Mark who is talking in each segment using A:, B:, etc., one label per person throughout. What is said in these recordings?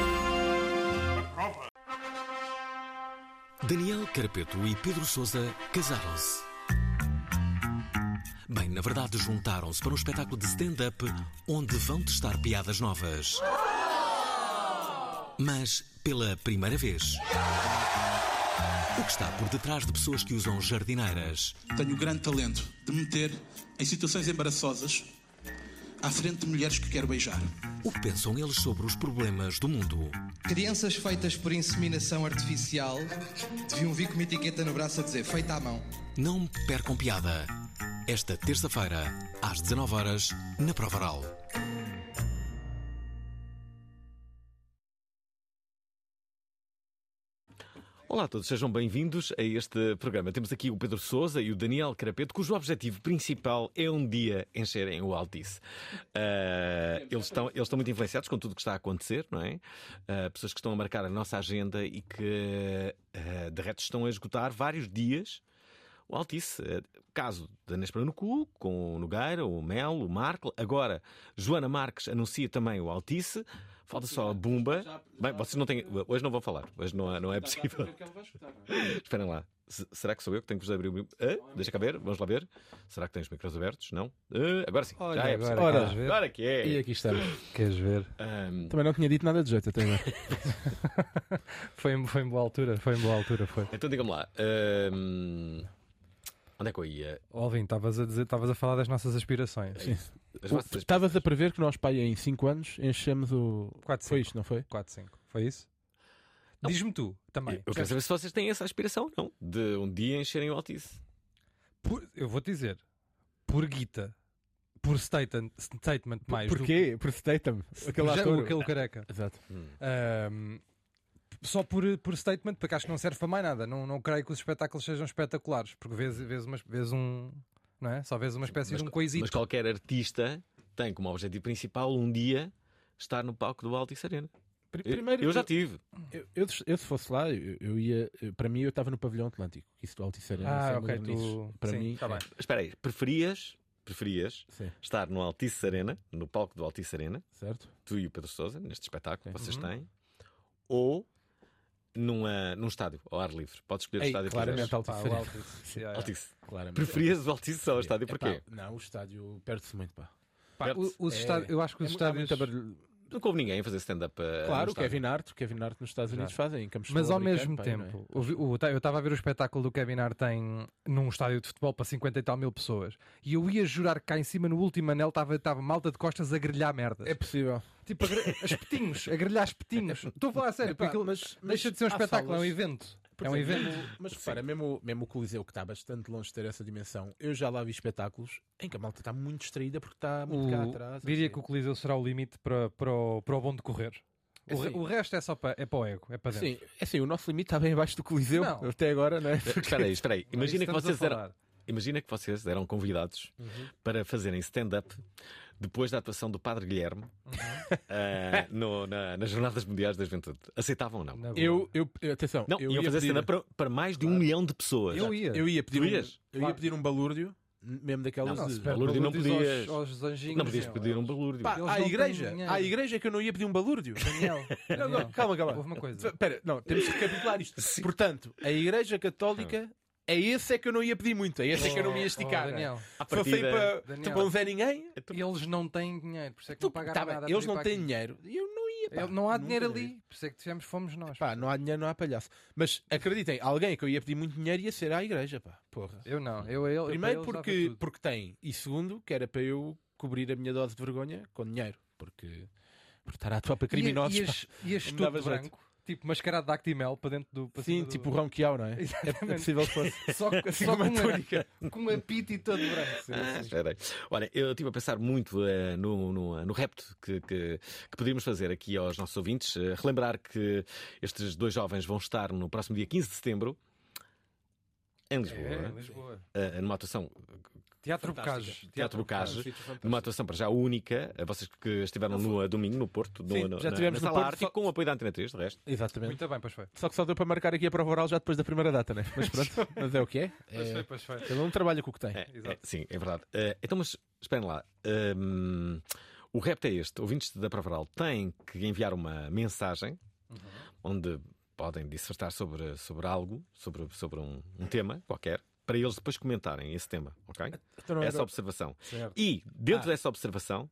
A: Prova.
B: Daniel Carapeto e Pedro Sousa casaram-se. Bem, na verdade, juntaram-se para um espetáculo de stand-up onde vão testar piadas novas. Mas pela primeira vez. O que está por detrás de pessoas que usam jardineiras?
C: Tenho o grande talento de me meter em situações embaraçosas à frente de mulheres que quero beijar.
B: O que pensam eles sobre os problemas do mundo?
D: Crianças feitas por inseminação artificial deviam vir com uma etiqueta no braço a dizer feita à mão.
B: Não percam piada. Esta terça-feira, às 19 horas na Prova Oral.
E: Olá a todos, sejam bem-vindos a este programa. Temos aqui o Pedro Sousa e o Daniel Carapeto, cujo objetivo principal é um dia encherem o Altice. Ah, eles, estão, eles estão muito influenciados com tudo o que está a acontecer, não é? Ah, pessoas que estão a marcar a nossa agenda e que, ah, de resto, estão a esgotar vários dias o Altice. eh, Caso da Nespera no Cu, com o Nogueira, o Mel, o Marco. Agora, Joana Marques anuncia também o Altice. Falta só a Bumba. Bem, vocês não têm. Hoje não vão falar. Hoje não é, não é possível. Esperem lá. Se- Será que sou eu que tenho que vos abrir o meu. Ah, deixa cá ver, vamos lá ver. Será que tens os micros abertos? Não? Ah, agora sim.
F: Olha,
E: já é
F: agora
E: possível.
F: queres
E: Ora,
F: ver?
E: agora que é.
F: E aqui estamos. Queres ver?
G: é?
E: Ahm,
F: Também não tinha dito nada de jeito até agora. foi, em, foi em boa altura, foi em boa altura, foi.
E: então digam-me lá. ahm, onde é que eu ia?
F: Alvin, estavas a dizer, estavas a falar das nossas aspirações.
E: As vossas-
H: Estavas a prever que nós, pai, em 5 anos enchemos o.
F: 4, 5.
H: Foi isto, não foi?
F: 4, 5. Foi isso? Diz-me tu também.
E: Eu quero saber se vocês têm essa aspiração ou não, de um dia encherem o Altice.
G: Por- eu vou te dizer, por guita, por statement, statement mais do
H: Porquê? Por Statham.
G: que-
H: Aquele
G: já-
H: ator.
G: aquele careca.
H: Exato.
G: Ahm, só por, por statement, porque acho que não serve para mais nada. Não, não creio que os espetáculos sejam espetaculares, porque vês, vês, umas, vês um. Não é? Só vês uma espécie de um coisito.
E: Mas qualquer artista tem como objetivo principal um dia estar no palco do Altice Arena.
H: Pri-
E: Eu-
H: Primeiro,
E: eu já tive.
H: Eu, eu- eu se fosse lá, eu, eu ia. eu- Para mim, eu estava no pavilhão Atlântico. Isso do Altice Arena,
G: Ah,
H: isso é
G: ok,
H: modernices.
G: tu-
H: Para
G: sim,
H: mim. é.
G: tá bem.
E: Espera aí, preferias, preferias
H: Sim,
E: estar no Altice Arena, no palco do Altice Arena,
H: certo?
E: tu e o Pedro Sousa, neste espetáculo que
H: Sim.
E: vocês
G: Uhum.
E: têm, ou numa, num estádio, ao ar livre. Podes escolher o
H: Ei,
E: estádio que
H: claramente,
E: quiseres.
G: Pá,
H: Altice Arena.
G: o Altice. é, Yeah, yeah.
E: Altice.
H: Claramente.
E: Preferias o Altice ao estádio,
H: Epá,
E: porquê?
H: Não, o estádio perde-se muito, pá.
G: Pá,
E: Perto.
G: o- os
H: É-
G: estádios- eu acho que
H: É
G: os
H: mu- há
G: estádios.
H: muita barulho-
E: Nunca houve ninguém a fazer stand-up. eh,
H: Claro,
E: no
H: o
E: estádio.
H: Kevin Hart, o Kevin Hart nos Estados Unidos fazem em campos de
G: Mas
H: futebol
G: ao mesmo
H: americano, pá, e não é?
G: tempo, ouvi- o- eu estava a ver o espetáculo do Kevin Hart em, num estádio de futebol para 50 e tal mil pessoas e eu ia jurar que cá em cima, no último anel, estava estava malta de costas a grelhar merdas.
H: É possível.
G: Tipo, a, gre- a espetinhos, a grelhar espetinhos. Estou a falar a sério,
H: Epá,
G: porque aquilo
H: mas- mas
G: deixa de ser um
H: há
G: espetáculo, é um
H: salas-
G: evento.
H: Por
G: é um
H: exemplo,
G: evento.
H: mesmo- mas repara, mesmo, mesmo o Coliseu, que está bastante longe de ter essa dimensão, eu já lá vi espetáculos em que a malta está muito distraída porque está muito cá
G: O-
H: atrás.
G: diria
H: assim.
G: que o Coliseu será o limite para, para, o, para o bom decorrer. O, re-
H: Assim.
G: o resto é só para, é para o ego, é para dentro.
H: Sim, é assim, o nosso limite está bem abaixo do Coliseu,
G: Não.
H: até agora, não é?
E: Eh, Espera aí, espera aí. Imagina que,
G: Estamos a
E: vocês eram,
G: falar. Uhum.
E: imagina que vocês eram convidados para fazerem stand-up depois da atuação do Padre Guilherme
G: Uhum.
E: ah, no- na- nas Jornadas Mundiais da Juventude. Aceitavam ou não?
G: Na é boa.
H: Eu, eu, atenção,
E: Não,
H: eu,
E: iam
H: ia
E: fazer
H: pedir,
E: stand-up para, para mais de um milhão de pessoas.
G: Eu ia.
H: eu ia pedir
E: Tu
H: um,
E: ias?
H: eu
G: Claro.
H: ia pedir um balúrdio, mesmo daquelas
E: Não,
H: de-
E: não, balúrdio não
G: Balúrdios
E: podias.
G: Aos, aos anjinhos, é.
E: não podias
G: meu.
E: pedir um balúrdio.
H: Pá,
G: Eles não
H: à
G: têm
H: igreja,
G: dinheiro.
H: à igreja que eu não ia pedir um balúrdio.
G: Daniel, Daniel,
H: calma, calma.
G: Houve uma coisa.
H: Espera, não, temos que recapitular isto. Portanto, a Igreja Católica, a esse é que eu não ia pedir muito, a esse é que eu não me ia
G: Oh,
H: esticar.
G: oh, Daniel,
E: À
H: Foi
E: partida-
H: para
G: Daniel.
H: tipo, não vê ninguém.
G: eles não têm dinheiro, por isso é que
H: Tu,
G: não pagaram
H: tá bem,
G: nada.
H: eles
G: para
H: não
G: vir
H: têm
G: para aqui.
H: dinheiro. Eu não havia. pá.
G: Ele- não há
H: Nunca
G: dinheiro
H: na vida.
G: ali, por isso é que tivemos, fomos nós.
H: Pá, não há dinheiro, não há palhaço. Mas acreditem, alguém que eu ia pedir muito dinheiro ia ser à igreja, pá. Porra.
G: Eu não, eu a ele. eu
H: Primeiro
G: para ele usava
H: porque,
G: tudo.
H: porque tem. E segundo, que era para eu cobrir a minha dose de vergonha com dinheiro. Porque, porque estar a atuar para criminosos.
G: E-
H: pá.
G: Ias, ias
H: Não me
G: tudo
H: dava
G: de
H: jeito.
G: branco, tipo mascarado de Actimel para dentro do. Para
H: Sim,
G: cima do-
H: tipo o Rão Quiau, não é? É- É
G: Exatamente.
H: possível que fosse.
G: Só, com-
H: Assim,
G: só com um
H: uma túnica.
G: uma, com uma pita e todo branco. sim,
E: Ah,
G: sim.
E: espera aí. Olha, eu estive a pensar muito eh, no, no, no repto que, que, que poderíamos fazer aqui aos nossos ouvintes. Eh, relembrar que estes dois jovens vão estar no próximo dia 15 de setembro em Lisboa,
G: É, Lisboa.
E: eh, numa atuação
G: Teatro Bocage.
E: Teatro Bocage,
H: Bocage, sítio
E: numa atuação para já única. Eh, Vocês que estiveram no eh, domingo no Porto, no,
H: Sim,
E: no-
H: já
E: na,
H: tivemos
E: na
H: no
E: sala
H: Porto,
E: Ártico,
H: só-
E: com apoio da Antena 3, de resto.
H: Exatamente.
G: Muito bem, pois foi.
H: Só que só deu para marcar aqui a prova oral já depois da primeira data, né? Mas pronto, mas é o que é.
G: Pois foi,
H: é...
G: pois foi.
H: Cada um trabalha com o que tem.
E: É, é, sim, é verdade. Eh, então, mas esperem lá. Hum, o repto é este. Ouvintes da Provaral têm que enviar uma mensagem
H: Uhum.
E: onde podem dissertar sobre, sobre algo, sobre, sobre um, um tema qualquer, para eles depois comentarem esse tema, ok?
H: Então não era-
E: Essa observação.
H: Certo. Ah.
E: E, dentro dessa observação,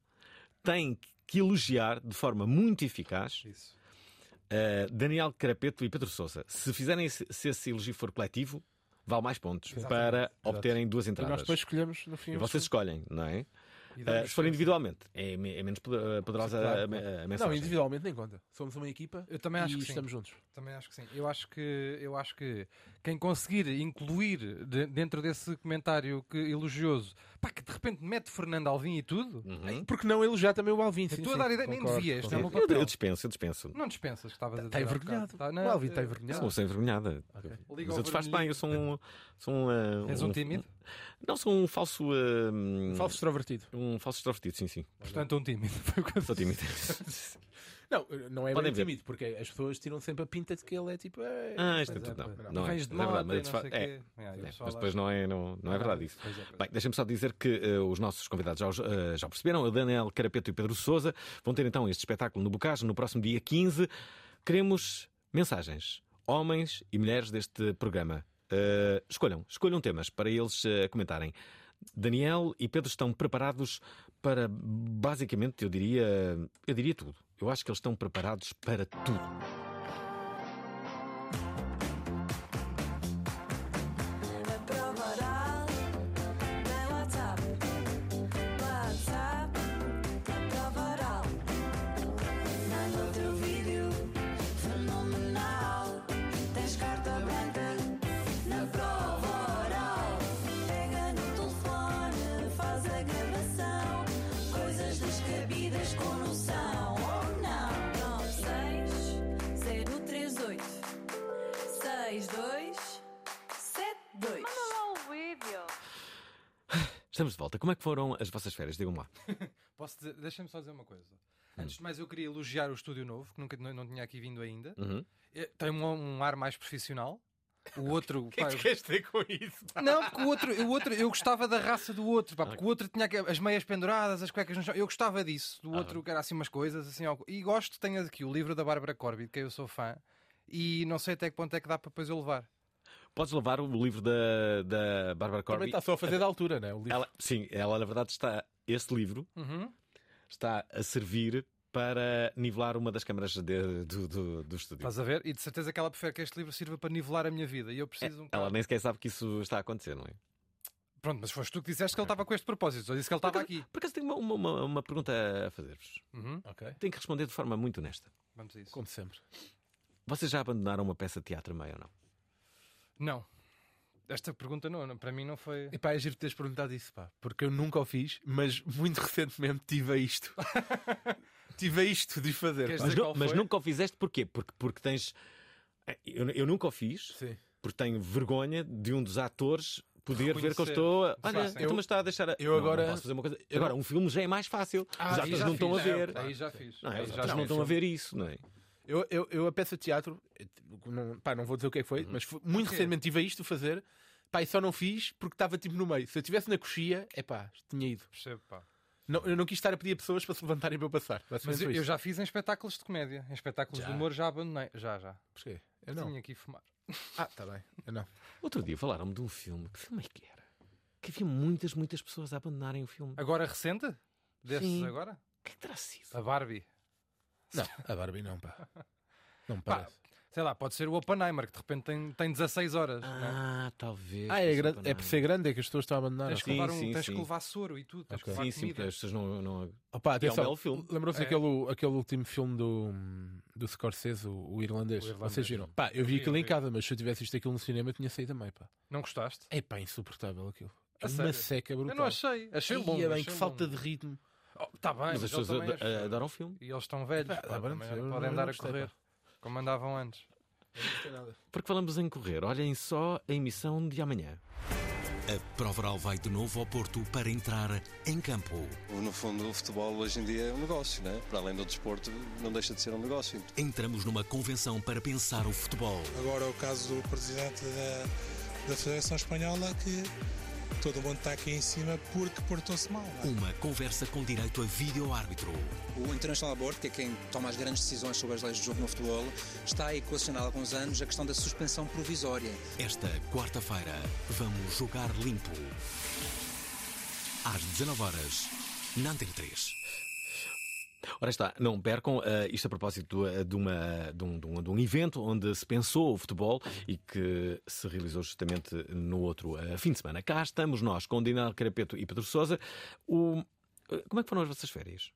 E: têm que elogiar de forma muito eficaz
G: Isso.
E: eh, Daniel Carapeto e Pedro Sousa. Se fizerem esse, se esse elogio for coletivo, vale mais pontos para obterem duas
H: E
E: entradas.
H: nós depois escolhemos no fim.
E: E
H: os
E: vocês
H: filmes.
E: escolhem, não é?
H: damos
E: Ah, se for individualmente, é, me- é menos poder- poderosa a-
H: Claro,
E: a,
H: claro.
E: a
H: Não,
E: mensagem.
H: individualmente nem conta. Somos uma equipa.
G: Eu também acho
H: e
G: que sim.
H: estamos juntos.
G: Também acho que sim. Eu acho que, eu acho que quem conseguir incluir de- dentro desse comentário que, elogioso, pá, que de repente mete Fernando Alvim e tudo,
H: Porque não elogiar também o Alvin.
G: estou a dar ideia, nem devias, este é o meu
E: Eu- eu,
G: papel.
E: dispenso, eu dispenso.
G: Não dispensas que estavas a dizer.
H: Está
G: há bocado.
H: envergonhado.
G: Tá-
H: o Alvin está
G: eh,
E: Eu sou
H: envergonhado.
E: uma pessoa envergonhada.
G: Liga
E: Mas
G: ao
E: eu desfaço bem, eu sou um. Sou um, ah,
G: És um tímido?
E: Não, sou um falso. ah, um,
H: Falso extrovertido.
E: Um falso extrovertido, sim, sim.
G: Portanto, um tímido. Foi o que eu
E: Sou tímido.
H: Não, não é
E: Podem
H: bem
E: ver.
H: tímido, porque as pessoas tiram sempre a pinta de que ele é tipo. "Ei".
E: ah, isto é
G: Pois é,
E: tudo. Não,
G: pois é.
E: não é.
G: Vens de
E: Não é verdade,
G: moto
E: mas
G: e
E: eu
G: não
E: desfaço.
G: sei
E: É,
G: quê. Ah, e o
E: É,
G: pessoal
E: mas
G: lá-
E: depois não é, não, não é verdade isso.
G: Pois é, pois é.
E: Bem, deixem-me só dizer que eh, os nossos convidados já, os, eh, já perceberam, o Daniel Carapeto e o Pedro Souza vão ter então este espetáculo no Bocage no próximo dia 15. Queremos mensagens, homens e mulheres deste programa. Eh, escolham, escolham temas para eles eh, comentarem. Daniel e Pedro estão preparados para basicamente, eu diria, eu diria tudo. Eu acho que eles estão preparados para tudo.
I: Oh,
E: Estamos de volta. Como é que foram as vossas férias? Digam lá.
G: Posso dizer- deixa-me só dizer uma coisa.
H: Hum.
G: Antes de mais, eu queria elogiar o estúdio novo, que nunca não, não tinha aqui vindo ainda.
E: Uhum.
G: Eh, Tem um, um ar mais profissional. O outro. pá,
H: é
G: eu-
H: Queres ter com isso?
G: Não, porque o outro, o outro, eu gostava da raça do outro, pá, porque o outro tinha que- as meias penduradas, as cuecas no chão. Eu gostava disso, do
H: Ah.
G: outro que era assim umas coisas, assim, algo- e gosto, tenho aqui o livro da Bárbara Corby, de quem eu sou fã, e não sei até que ponto é que dá para depois eu levar.
E: Podes levar o livro da, da Bárbara
H: Também
E: Corby.
H: está só a fazer da altura, né? O livro.
E: Ela- sim, ela na verdade está. Este livro
G: Uhum.
E: está a servir para nivelar uma das câmaras de- do, do, do estúdio.
G: Estás a ver? E de certeza que ela prefere que este livro sirva para nivelar a minha vida, e eu preciso um
H: É,
E: Ela
G: bocado-
E: nem sequer sabe que isso está a acontecer, não é?
H: um-
G: Pronto, mas foste tu que disseste que ele estava com este propósito, só disse que ele estava aqui.
E: Por acaso tenho uma, uma- uma, uma pergunta a fazer-vos.
G: Uhum.
H: Ok.
E: Tenho que responder de forma muito honesta.
G: Vamos a isso.
H: Como sempre.
E: Vocês já abandonaram uma peça de teatro a meio ou não?
G: Não. Esta pergunta não, não- para mim não foi.
H: E pá, é giro teres perguntado isso, pá. Porque eu nunca o fiz, mas muito recentemente tive a isto. tive a isto de fazer.
G: Queres
H: pá.
E: Mas,
G: dizer
E: nu-
G: qual
E: mas
G: foi?
E: nunca o fizeste porquê? Porque, porque tens. eh, Eu, eu nunca o fiz
H: Sim.
E: porque tenho vergonha de um dos atores poder ver que eu
G: Reconhecer.
E: estou. a- Olha,
G: Sim, sim.
E: então, mas está a deixar. a-
H: eu
E: Não,
H: agora-
E: não posso fazer uma coisa. Agora, um filme já é mais fácil. os
G: Ah, aí
E: atores
G: já
E: não estão a
G: fiz, É,
E: ver.
G: Aí já fiz.
E: Não,
G: Aí
E: os
G: já
E: atores
G: fiz.
E: não estão a ver isso, não é?
H: Eu, eu, eu a peça de teatro, eh, tipo, não, pá, não vou dizer o que é que
E: Uhum.
H: foi, mas foi- muito
G: quê?
H: recentemente tive a isto de fazer, pá, e só não fiz porque estava tipo no meio. Se eu estivesse na coxia, é pá, tinha ido.
G: Percebo, pá.
H: Não, eu não quis estar a pedir a pessoas para se levantarem para eu passar.
G: Mas
H: Basicamente
G: eu,
H: foi
G: eu
H: isto.
G: já fiz em espetáculos de comédia. Em espetáculos de humor já abandonei. Já, já.
H: Porquê? Eu não.
G: Tinha que ir fumar.
H: Ah, tá bem. Eu não.
E: Outro dia falaram-me de um filme. Que filme é que era? Que havia muitas, muitas pessoas a abandonarem o filme. O
G: Agora recente? Desses
E: Sim.
G: agora?
E: que é que terá sido?
G: A Barbie. Não,
H: a Barbie não, pá. Não me
G: Pá,
H: parece.
G: sei lá, pode ser o Oppenheimer, que de repente tem, tem 16 horas. não é?
E: Ah, talvez.
H: Ah, é,
E: mas
H: grande-
E: não
H: é por ser grande é que as pessoas estão a abandonar.
G: Tens
H: ok.
G: que, levar, um,
E: sim,
G: tens
E: sim.
G: que levar soro e tudo, tá tens
H: Ok.
G: que levar
E: é Sim, sim, porque
G: comida.
E: as pessoas não. não...
H: Opa,
E: E é um
H: atenção,
E: belo filme.
H: Lembram-se
G: É.
H: daquele, aquele último filme do, do Scorsese, o, o irlandês?
G: O irlandês,
H: Vocês viram?
G: não.
H: Pá, eu vi
G: Vi,
H: aquilo em
G: vi.
H: casa, mas se eu tivesse visto aquilo no cinema, eu tinha saído a meio, pá.
G: Não gostaste?
H: É pá, insuportável aquilo.
G: A
H: É
G: sério?
H: uma seca brutal.
G: Eu não achei. Achei
H: Ia
G: longo.
H: bem,
G: achei
H: que falta
G: longo.
H: de ritmo.
G: Oh, tá bem,
E: Mas
G: mas
E: as
G: eu
E: pessoas
G: também
E: ad-
G: achei.
E: adoram o filme.
G: E eles estão velhos,
H: Ah,
G: pá,
H: pronto,
G: também
H: eu
G: não podem
H: não
G: andar a
H: gostei,
G: correr,
H: pá.
G: como andavam antes.
E: Porque falamos em correr. Olhem só a emissão de amanhã.
B: A Proveral vai de novo ao Porto para entrar em campo.
J: No fundo, o futebol hoje em dia é um negócio, né? Para além do desporto, não deixa de ser um negócio.
B: Entramos numa convenção para pensar o futebol.
K: Agora o caso do presidente da, da Federação Espanhola que todo mundo está aqui em cima porque portou-se mal. não é?
B: Uma conversa com direito a vídeo-árbitro.
L: O International Board, que é quem toma as grandes decisões sobre as leis do jogo no futebol, está a equacionar há alguns anos a questão da suspensão provisória.
B: Esta quarta-feira, vamos jogar limpo. Às 19 horas, na Antena 3.
E: Ora está, não percam eh, isto a propósito eh, de, uma, de, um, de um- de um evento onde se pensou o futebol e que se realizou justamente no outro eh, fim de semana. Cá estamos nós com Dinar Carapeto e Pedro Sousa. O... eh, Como é que foram as vossas férias?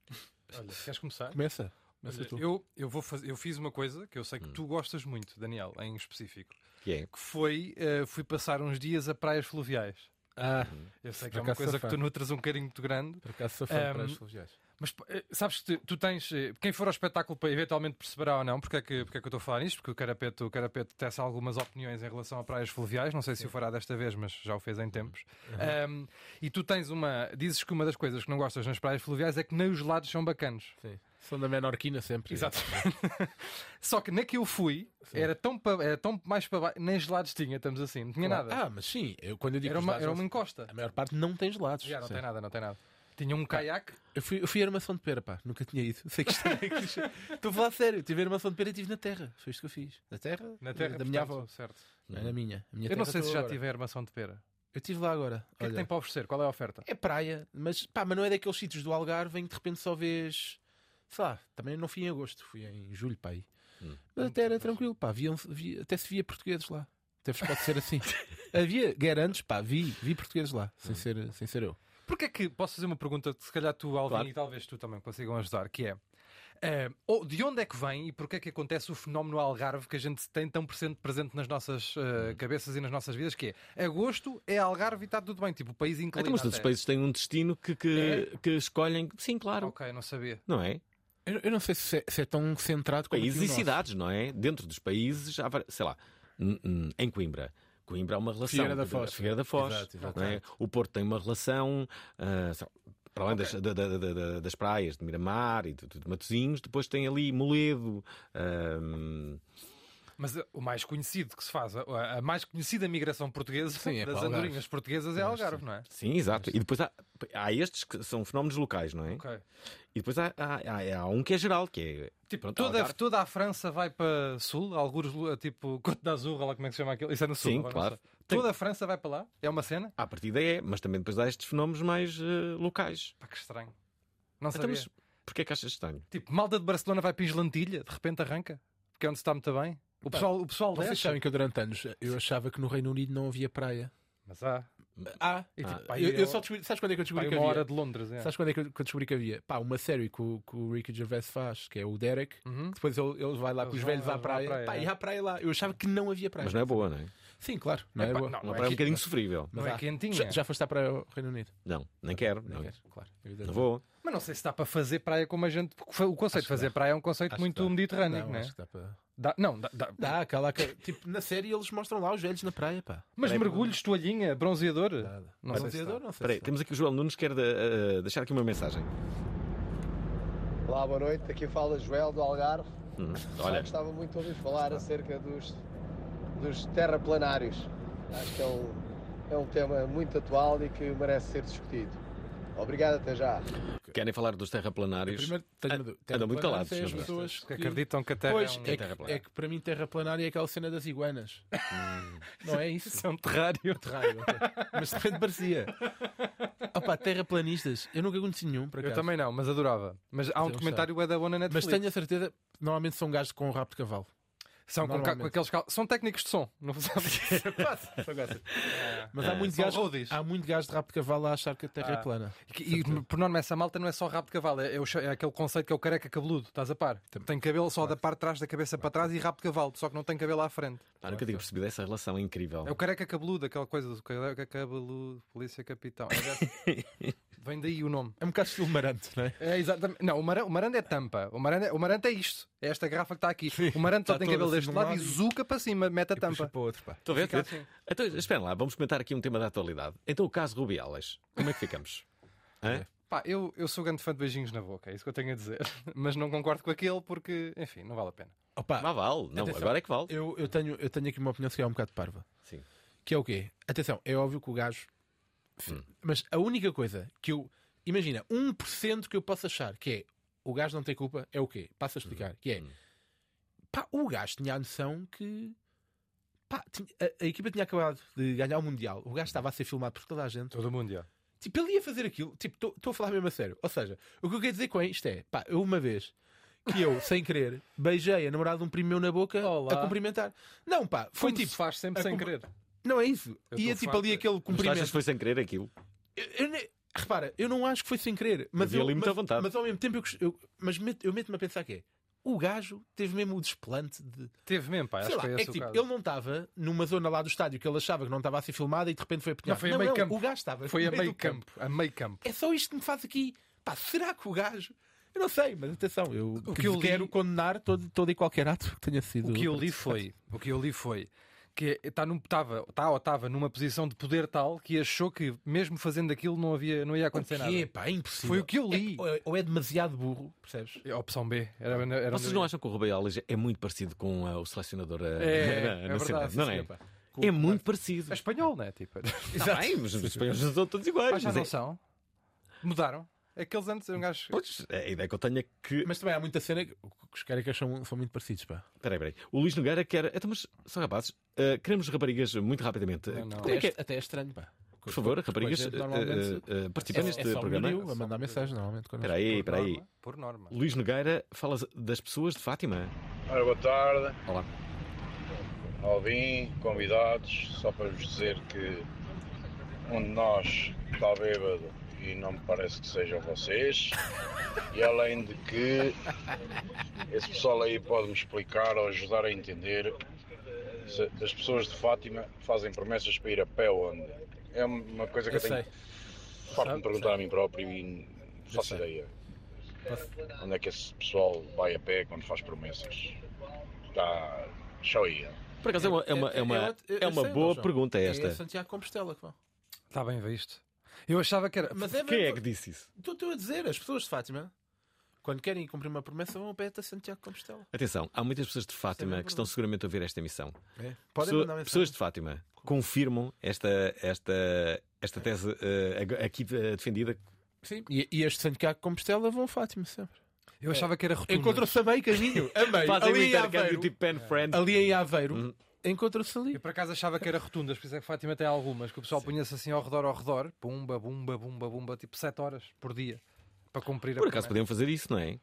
G: Olha, queres começar?
H: Começa. Começa
G: Olha,
H: tu.
G: eu, eu, vou fazer, eu fiz uma coisa que eu sei que tu gostas muito, Daniel, em específico.
E: Hum. Que é?
G: Que foi, eh, fui passar uns dias a praias fluviais.
H: Ah,
G: Eu sei que
H: Por
G: é uma
H: acaso
G: coisa que
H: safado.
G: tu nutras um carinho muito grande.
H: Por acaso sou fã de
G: Ahm,
H: praias fluviais.
G: Mas pá, eh, sabes que tu, tu tens. eh, Quem for ao espetáculo para eventualmente perceberá ou não porque é que, porque é que eu estou a falar nisto, porque o Carapeto, o Carapeto tece algumas opiniões em relação a praias fluviais. Não sei se o fará desta vez, mas já o fez em tempos.
H: Uhum.
G: Ahm, e tu tens uma. Dizes que uma das coisas que não gostas nas praias fluviais é que nem os lados são bacanos.
H: Sim. São da menorquina sempre.
G: Exatamente. Só que na que eu fui, era tão, pa- era tão mais para baixo, nem gelados tinha, estamos assim, não tinha
H: Claro.
G: nada.
H: Ah, mas sim, eu, quando eu digo
G: Era
H: os
G: uma,
H: lados,
G: era
H: não-
G: uma encosta.
H: A maior parte não tem gelados.
G: Já, não
H: Sim.
G: tem nada, não tem nada. Tinha um caiaque.
H: Eu fui, eu fui à armação de pera, pá. Nunca tinha ido. Sei que isto é que isto- Estou a falar sério. Tive a armação de pera e estive na terra. Foi isto que eu fiz. Na terra?
G: Na terra
H: da minha
G: portanto,
H: avó.
G: Oh, Certo.
H: Não é na minha. A minha
G: eu não
H: terra
G: sei se
H: estou
G: já
H: agora.
G: tive a armação de pera.
H: Eu estive lá agora.
G: O que é que
H: Olha,
G: tem para oferecer? Qual é a oferta?
H: É praia, mas, pá, mas não é daqueles sítios do Algarve em que de repente só vês. Sei lá, também não fui em agosto, fui em julho, pá. Aí. Mas até era tranquilo, pá. Viam, vi- até se via portugueses lá. Até vos pode ser assim. Havia garantes, pá. Vi, vi portugueses lá, sem, ser, sem ser eu.
G: Porquê é que posso fazer uma pergunta que se calhar tu, Alvin,
H: Claro.
G: e talvez tu também consigam ajudar, que é eh, ou- de onde é que vem e porquê é que acontece o fenómeno Algarve que a gente tem tão presente, presente nas nossas eh,
H: Uhum.
G: cabeças e nas nossas vidas, que é agosto é Algarve e está tudo bem, tipo o país inclinado.
E: Então, mas todos os países têm um destino que, que, que escolhem. Sim, claro.
G: Ok, não sabia.
E: Não é?
H: Eu, eu não sei se é, se é tão centrado como
E: Países
H: aqui
E: e
H: o nosso.
E: cidades, não é? Dentro dos países, há, vari- sei lá, n- n- em Coimbra. Coimbra há uma relação.
H: Figueira da Foz.
E: Figueira da Foz,
H: Exato, exato.
E: não é? O Porto tem uma relação. ah, sei lá, para além das, da- da- da- da- das praias de Miramar e de, de Matosinhos, depois tem ali Moledo. ah, ahm,
G: Mas eh, o mais conhecido que se faz, a, a mais conhecida migração portuguesa
H: Sim, é para
G: das
H: Algarve.
G: andorinhas portuguesas é Algarve, não é?
E: sim, exato. E depois há, há estes que são fenómenos locais, não é?
G: Ok.
E: E depois há, há- há- há um que é geral, que é.
G: Tipo,
E: pronto,
G: toda,
E: Algarve.
G: toda a França vai para sul, alguns, lu- tipo, Côte d'Azur, ou lá como é que se chama aquilo? Isso é no sul,
E: Sim,
G: agora não
E: claro.
G: sei. Toda a França vai para lá? É uma cena?
E: À partida é, mas também depois há estes fenómenos mais eh, locais.
G: Pá, Ah, que estranho. Não
E: Então,
G: sabia.
E: mas porquê é que achas estranho?
G: Tipo, malda de Barcelona vai para Islantilha, de repente arranca, porque é onde se está muito bem. O pessoal, o pessoal
H: Vocês
G: desce.
H: sabem que eu durante anos eu achava que no Reino Unido não havia praia.
G: Mas há.
H: Ah,
G: E, tipo,
H: eu,
G: pá, aí
H: eu
G: é-
H: só descobri, sabes quando é que eu
G: pá,
H: descobri
G: aí
H: que
G: uma
H: havia?
G: hora de Londres. É.
H: Sabes quando é que eu que eu descobri que havia? Pá, uma série que o, que o Ricky Gervais faz, que é o Derek,
G: Uhum.
H: que depois ele, ele vai lá com
G: Eles
H: os velhos
G: vão-
H: à
G: eles vão à
H: praia.
G: praia,
H: Pá,
G: é.
H: e há praia lá. Eu achava que não havia praia.
E: Mas não é boa, não é?
H: Sim, claro. Não é,
G: Epá,
H: boa.
G: não,
E: Uma
G: é
E: praia um
G: que-
E: bocadinho sofrível.
G: não
H: Mas
G: é
H: há.
G: quentinha.
H: Já, já foste à praia ao Reino Unido?
E: Não, nem quero.
H: Não,
E: Não,
H: queres, claro. é
E: não vou.
G: Mas não sei se dá para fazer praia como a gente. porque O conceito de fazer praia é um conceito
H: Acho
G: muito
H: que dá.
G: mediterrâneo,
H: Não,
G: não é?
H: acho que dá para...
G: Dá- Não, dá- dá-
H: Dá, cá lá, cá- Tipo, na série eles mostram lá os velhos na praia, pá.
G: Mas mergulhos, toalhinha, bronzeador?
H: Nada.
G: Não sei se dá.
H: Bronzeador, não sei
E: Espera aí,
H: se dá.
E: temos aqui o João Nunes que quer eh, eh, deixar aqui uma mensagem.
M: Olá, boa noite. Aqui fala Joel do Algarve.
E: Hum,
M: Já
E: olha,
M: gostava muito de ouvir falar acerca dos, dos terraplanários. Acho que é um, é um tema muito atual e que merece ser discutido. Obrigado, até já.
E: querem falar dos terraplanários? Ah,
H: Primeiro, tenho uma dú-
E: andam muito
H: terraplanários
E: calados,
H: é as
E: não é?
H: pessoas
G: Que acreditam que a Terra
H: Pois,
G: é um-
H: é,
E: terra
H: que,
E: plana.
H: é que para mim terraplanária é aquela cena das iguanas. não é isso? Um
G: São um terrário.
H: Terrário, ok. Mas de repente parecia. Opa, terraplanistas, eu nunca conheci nenhum, por
G: Eu
H: acaso.
G: também não, mas adorava. Mas há um
H: eu
G: documentário é da bom na Netflix.
H: Mas tenho a certeza, normalmente são gajos com um rabo de cavalo.
G: São, com, ca- com
H: Normalmente.
G: aqueles cal... são técnicos de som, não sabes?
H: Mas há muito,
G: São
H: gajo,
G: roadies.
H: há muito gajo de rabo de cavalo a achar que a terra
G: Ah.
H: é plana.
G: E que- E, por norma, essa malta não é só rabo de cavalo, é, é o cha- é aquele conceito que é o careca cabeludo, estás a par? Tem cabelo só da parte de trás da cabeça para trás e rabo de cavalo, só que não tem cabelo à frente.
E: Pá, Ah, nunca tinha percebido essa relação incrível.
G: É o careca cabeludo, aquela coisa do careca cabeludo, polícia capitão. É dessa- Vem daí o nome.
H: É um bocado estilo marante, não é?
G: É, exatamente. Não, o Marante, o Marante é tampa. O Marante, o Marante é isto. É esta garrafa que está aqui. O Marante só
E: Está
G: tem
E: todo
G: cabelo
E: assim
G: deste
E: de um
G: lado
E: lado
G: e
E: e-
G: zuca para cima, mete a tampa.
H: Para outro, pá.
E: Estou a ver?
G: Fica
H: assim.
G: assim.
E: Estou a ver? Então, espera lá, vamos comentar aqui um tema da atualidade. Então, o caso Rubiales, como é que ficamos? Hã?
G: Pá, eu, eu sou grande fã de beijinhos na boca, é isso que eu tenho a dizer. Mas não concordo com aquele porque, enfim, não vale a pena.
H: Opa,
E: Mas vale, não,
H: atenção,
E: agora é que vale.
H: Eu, eu tenho, eu tenho aqui uma opinião se calhar um bocado parva.
E: Sim.
H: Que é o quê? Atenção, é óbvio que o gajo.
E: Hum.
H: Mas a única coisa que eu. Imagina, 1% que eu posso achar que é o gajo não tem culpa é o quê? Passo a
E: Hum.
H: explicar. Que é. Pá, o gajo tinha a noção que. Pá, tinha- a, a equipa tinha acabado de ganhar o Mundial. O gajo estava a ser filmado por toda a gente.
G: Todo mundo, já.
H: Tipo, ele ia fazer aquilo. Tipo, estou a falar mesmo a sério. Ou seja, o que eu quero dizer com isto é. Pá, eu uma vez. Que eu, sem querer, beijei a namorada de um primo meu na boca a cumprimentar. Não, pá, foi
G: Como se
H: tipo.
G: faz sempre
H: a
G: sem
H: cumpri-
G: querer.
H: Não é isso.
G: Eu
H: e é
G: estou
H: tipo
G: farto.
H: ali aquele
E: Tu achas
G: Mas tu achas
H: cumprimento.
E: que foi sem querer aquilo?
H: Eu nem- Repara, eu não acho que foi sem querer, mas,
E: Havia
H: eu,
E: ali muita
H: mas,
E: vontade.
H: mas ao mesmo tempo eu, gost- eu- mas meto- eu meto-me a pensar que é o gajo teve mesmo o desplante de.
G: Teve mesmo, pá,
H: Sei
G: acho
H: lá,
G: que foi
H: é
G: esse
H: que
G: o
H: tipo,
G: caso.
H: ele não estava numa zona lá do estádio que ele achava que não estava a ser filmada e de repente foi apanhado.
G: Não, foi a meio campo.
H: O gajo estava.
G: Foi a
H: no
G: meio
H: do
G: campo, a meio campo.
H: É só isto que me faz aqui. Pá, será que o gajo. Eu não sei, mas atenção, eu
G: O que eu li-
H: quero condenar todo, todo e qualquer ato que tenha sido.
G: O que eu li foi, o que eu li foi que está num estava, está ou estava numa posição de poder tal que achou que mesmo fazendo aquilo não havia, não ia acontecer
H: O quê,
G: nada.
H: pá? É impossível.
G: Foi o que eu li.
H: É- ou é demasiado burro, percebes?
G: É a opção B. Era, era
E: Vocês não acham que o Rubiales é muito parecido com ah, o selecionador ah,
G: É,
E: na-
G: é
E: nacional?
G: verdade,
E: não
G: sim,
E: é?
G: senhor, pá.
E: É muito parecido. É
G: espanhol, não é? Tipo...
E: Está bem, mas os espanhóis não são todos iguais.
G: Ah, já
E: mas
G: não
E: é-
G: são? Mudaram? Aqueles um antes eram gajos.
E: Pois, a ideia que eu tenho é que.
H: Mas também há muita cena que que os carecas são, são muito parecidos, pá.
E: Peraí, peraí. O Luís Nogueira quer. Então, mas são rapazes. ah, queremos raparigas muito rapidamente. Como
H: Até,
E: é que é?
H: é, até é estranho, pá.
E: Por favor, raparigas,
H: Com a gente,
E: eh,
H: normalmente,
E: eh, eh, participem
H: é-
E: neste
H: é só um
E: programa.
H: miúdo a mandar mensagem, normalmente. quando
E: Espera aí, espera aí.
G: um Por norma.
E: Luís Nogueira fala das pessoas de Fátima.
N: Ora, boa tarde,
E: Olá.
N: Alvin, convidados, só para vos dizer que um de nós está bêbado e não me parece que sejam vocês. E além de que esse pessoal aí pode-me explicar ou ajudar a entender se as pessoas de Fátima fazem promessas para ir a pé onde. É uma coisa que eu,
H: Eu
N: tenho farto de me perguntar a mim próprio e não faço ideia. Onde é que esse pessoal vai a pé quando faz promessas? Tá, Está show
E: Por acaso é uma, é uma, é uma,
H: eu- eu
E: é uma
H: sei,
E: boa
H: João.
E: pergunta
H: É
E: esta.
H: Santiago de Compostela que vão.
G: Está Tá bem visto. Eu achava que era.
H: Mas é
E: Quem
H: mesmo-
E: é que disse isso?
H: Então, Estou estou a dizer, as pessoas de Fátima, quando querem cumprir uma promessa, vão a pé até Santiago de Compostela.
E: Atenção, há muitas pessoas de Fátima
G: é
H: mesmo
E: que estão seguramente a ouvir esta emissão.
H: É. Podem
E: Pessoa-
H: mandar mensagem.
E: pessoas de Fátima confirmam esta, esta, esta tese eh, ag- aqui eh, defendida.
H: Sim, e, e as de Santiago de Compostela vão a Fátima sempre. É.
G: Eu achava que era rotundo.
H: Encontrou-se a meio caminho. A meio.
E: Fazem
H: ali
E: o
H: em
E: intercâmbio
H: Aveiro.
E: tipo pen friend.
H: Ali em Aveiro. Encontrou-se ali.
G: Eu por acaso achava que era rotundas, por isso é que Fátima tem algumas, que o pessoal punha-se assim ao redor, ao redor, pumba, bumba, bumba, bumba, tipo 7 horas por dia para cumprir
E: Por
G: a
E: acaso podiam
G: promessa.
E: fazer isso, não é?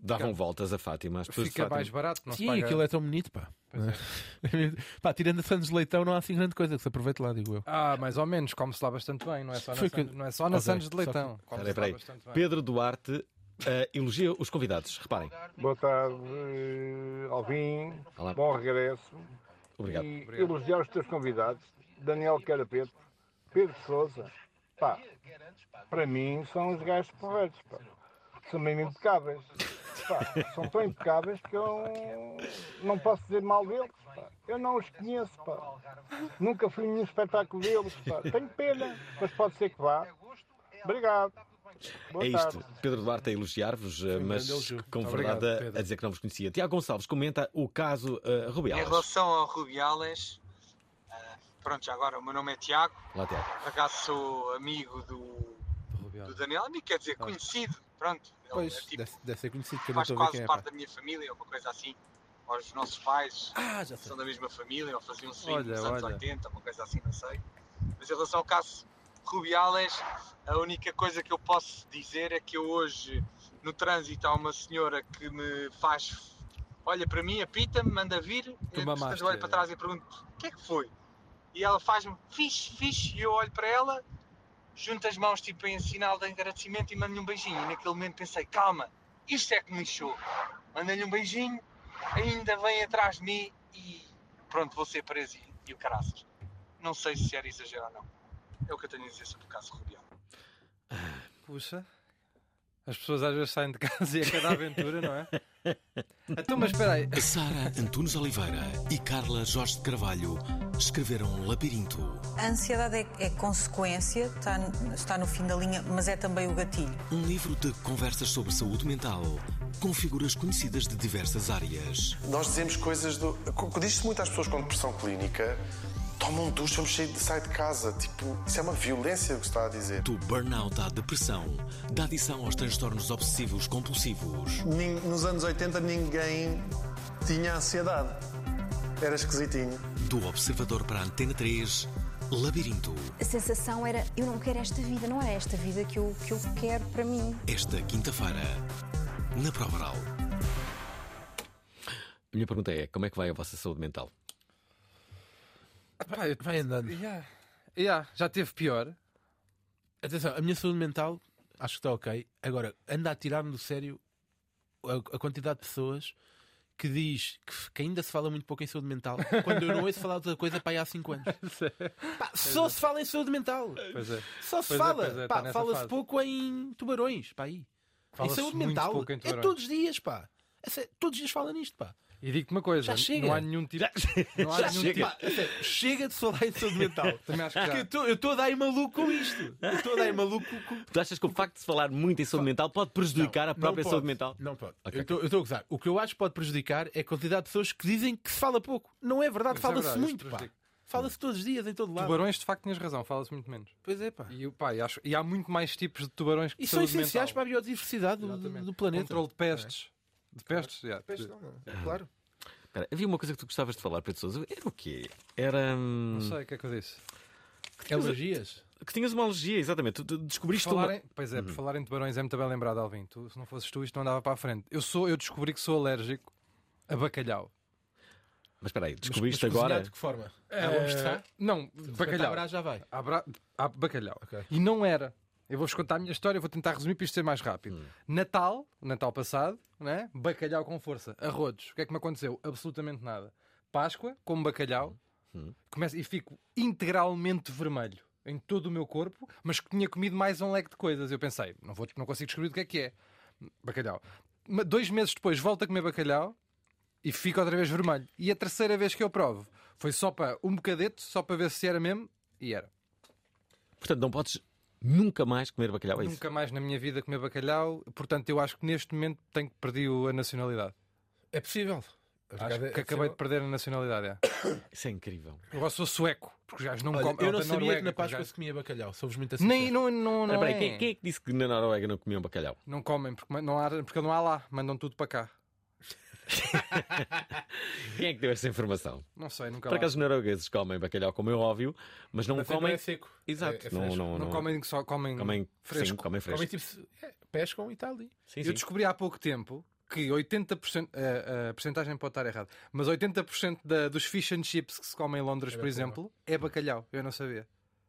E: Davam
G: Fica-
E: voltas a Fátima. As pessoas de
G: Fica
E: Fátima.
G: é mais barato, não se
H: Sim,
G: paga. é.
H: aquilo é tão bonito, pá. pá, tirando a Santos Leitão, não há assim grande coisa que se aproveite lá, digo eu.
G: Ah, mais ou menos, come-se lá bastante bem, não é só na,
H: Foi
G: Santos,
H: que-
G: não é só na
H: Ok,
G: Santos de
H: só que-
G: Leitão. come-se
E: Peraí,
G: lá
E: peraí.
G: bastante bem.
E: Pedro Duarte eh, elogia os convidados. Reparem.
O: Boa tarde, eh, Alvin.
E: Olá.
O: Bom regresso.
E: Obrigado.
O: E
E: Obrigado.
O: elogiar os teus convidados, Daniel Carapeto, Pedro Souza. Pá, para mim são os gajos porreiros, pá. São mesmo impecáveis. Pá, são tão impecáveis que eu não posso dizer mal deles. pá. Eu não os conheço, pá. Nunca fui a nenhum espetáculo deles, pá. Tenho pena, mas pode ser que vá. Obrigado. Boa
E: é
O: tarde.
E: isto, Pedro Duarte a elogiar-vos, eh,
O: um
E: mas
O: grande elogio.
E: com
O: Muito
E: verdade
O: obrigado,
E: a-
O: Pedro.
E: a dizer que não vos conhecia. Tiago Gonçalves comenta o caso uh,
P: Em relação ao Rubiales, ah, pronto, já agora o meu nome é Tiago,
E: Lá, Tiago.
P: por acaso sou amigo do, do Daniel, amigo quer dizer conhecido, pronto, ele é
H: Ah. Pois,
P: tipo
H: deve, deve ser conhecido, que eu não
P: faz
H: estou a ver
P: quase
H: quem é. pá.
P: parte da minha família, ou uma coisa assim. Ou os nossos pais são da mesma família, ou faziam swing
H: Ah, Olha,
P: nos anos
H: olha.
P: 80, uma coisa assim, não sei. Mas em relação ao caso Rubiales, a única coisa que eu posso dizer é que eu hoje, no trânsito, há uma senhora que me faz. Olha para mim, apita-me, manda vir. eu,
H: Tu mamaste.
P: portanto, eu olho para trás e pergunto: o que é que foi? E ela faz-me fixe, fixe, e eu olho para ela, junto as mãos, tipo em sinal de agradecimento, e mando-lhe um beijinho. E naquele momento pensei: calma, isto é que me lixou. Manda-lhe um beijinho, ainda vem atrás de mim e pronto, vou ser preso e, e o caraças. Não sei se era exagero ou não. É o que eu tenho a dizer sobre o caso Rubial.
G: Puxa. As pessoas às vezes saem de casa e a cada aventura, não é? Então, mas espera aí.
B: Sara Antunes Oliveira e Carla Jorge de Carvalho escreveram um labirinto.
Q: A ansiedade é, é consequência, está, n- está no fim da linha, mas é também o gatilho.
B: Um livro de conversas sobre saúde mental com figuras conhecidas de diversas áreas.
R: Nós dizemos coisas do. co- co- Diz-se muito às pessoas com depressão clínica: tomam um duche, vamos sair de, sai de casa. Tipo, isso é uma violência o que se está a dizer.
B: Do burnout à depressão, da adição aos transtornos obsessivos compulsivos.
I: Nin- Nos anos 80 ninguém tinha ansiedade. Era esquisitinho.
B: Do Observador para a Antena 3, Labirinto.
S: A sensação era: eu não quero esta vida, não era esta vida que eu, que eu quero para mim.
B: Esta quinta-feira, na Provaral.
E: A minha pergunta é: como é que vai a vossa saúde mental?
H: Vai, vai andando.
G: Yeah. Yeah, já teve pior.
H: Atenção, a minha saúde mental acho que está ok. Agora, anda a tirar-me do sério a, a quantidade de pessoas que diz que, f- que ainda se fala muito pouco em saúde mental quando eu não ouço falar de outra coisa para aí há 5 anos. Pá, só se fala em saúde mental.
F: é. Pois é.
H: Só se
F: Pois é,
H: fala.
F: pois é,
H: Pá,
F: tá nessa
H: fala-se
F: fase.
H: pouco em tubarões, pá, aí. Em
F: Fala-se
H: saúde
F: muito
H: mental.
F: pouco em
H: é
F: tubarões.
H: todos os dias, pá. É sé- todos os dias fala nisto, pá.
F: E digo-te uma coisa:
H: Já chega.
F: não há nenhum tipo. Não há
H: Já
F: nenhum
H: chega.
F: tipo-
H: Pá, sério, chega de falar em saúde mental.
F: Também
G: É
F: acho que já.
H: Porque eu tô- eu estou a dar em maluco com isto. Eu estou a dar em maluco com.
E: Tu achas que o facto de se falar muito em saúde mental pode prejudicar a
H: Não
E: própria
H: pode.
E: saúde mental?
H: Não pode.
E: Ok.
H: Eu estou- eu estou a gozar. O que eu acho que pode prejudicar é a quantidade de pessoas que dizem que se fala pouco. Não é verdade,
G: Isso é
H: fala-se
G: verdade, isso
H: muito, pá.
G: prejudica.
H: Fala-se todos os dias, em todo lado.
G: Tubarões, de facto, tinhas razão, fala-se muito menos.
H: Pois é, pá.
G: E, pá, e acho- e há muito mais tipos de tubarões que
H: E
G: de
H: são
G: saúde
H: essenciais
G: mental.
H: para a biodiversidade do, do planeta.
G: Controle de pestes. De pestes, já.
H: Pestes não, não. Claro.
E: Espera, havia uma coisa que tu gostavas de falar, Pedro Sousa. Era o quê? Era. Não
G: sei o que é que eu disse.
H: Alergias?
E: Que tinhas uma alergia, exatamente. Tu- tu descobriste
G: Por
E: uma.
G: falar em- Pois é, por
E: Hum.
G: falar em tubarões é muito bem lembrado, Alvin. Tu, se não fosses tu, isto não andava para a frente. Eu, sou, eu descobri que sou alérgico a bacalhau.
E: Mas espera aí,
G: Mas-
E: descobriste
G: mas
E: agora.
G: cozinhado
H: que forma?
G: Eh,
H: Ah, vamos testar?
G: Não,
H: Se
G: bacalhau.
H: espetar, já vai.
G: Há bra- há bacalhau. E não era. Eu vou-vos contar a minha história, vou tentar resumir para isto ser mais rápido.
H: Hum.
G: Natal, Natal passado, né? bacalhau com força, arrodos. O que é que me aconteceu? Absolutamente nada. Páscoa, como bacalhau,
H: Hum.
G: começo, e fico integralmente vermelho em todo o meu corpo, mas que tinha comido mais um leque de coisas. Eu pensei, não, vou, não consigo descobrir o que é que é. Bacalhau. Ma- Dois meses depois volto a comer bacalhau e fico outra vez vermelho. E a terceira vez que eu provo foi só para um bocadete, só para ver se era mesmo, e era.
E: Portanto, não podes nunca mais comer bacalhau, é isso?
G: Nunca mais na minha vida comer bacalhau, portanto eu acho que neste momento tenho que perder o- a nacionalidade.
H: É possível. é
G: Acho que acabei de perder a nacionalidade. É.
E: é- Isso é incrível.
G: Eu agora sou sueco, porque os gajos não
H: Olha,
G: comem.
H: eu não
G: da
H: sabia
G: Noruega,
H: que na
G: porque os
H: Páscoa
G: gajos
H: se comia bacalhau. Somos muito assim.
G: Nem, não, não,
E: Espera
G: não,
E: aí,
G: é.
E: quem, quem é que disse que na Noruega não comiam bacalhau?
G: não comem, porque, não há, porque não há lá, mandam tudo para cá.
E: Quem é que deu essa informação?
G: Não sei, nunca
E: Por
G: lá.
E: acaso os noruegueses comem bacalhau, como é óbvio, mas não
H: Mas não
E: comem.
H: é seco.
E: Exato,
H: É- é
E: não,
H: fresco.
E: não,
G: Não comem só, comem,
E: Comem
G: fresco.
E: Sim, comem fresco.
H: Comem tipo. se- é, Pescam e tal. e-
G: eu descobri há pouco tempo que 80%, a, a percentagem eh, pode estar errada, mas 80% da- dos fish and chips que se comem em Londres,
H: É
G: por
H: bacalhau.
G: exemplo, é bacalhau. Eu não sabia.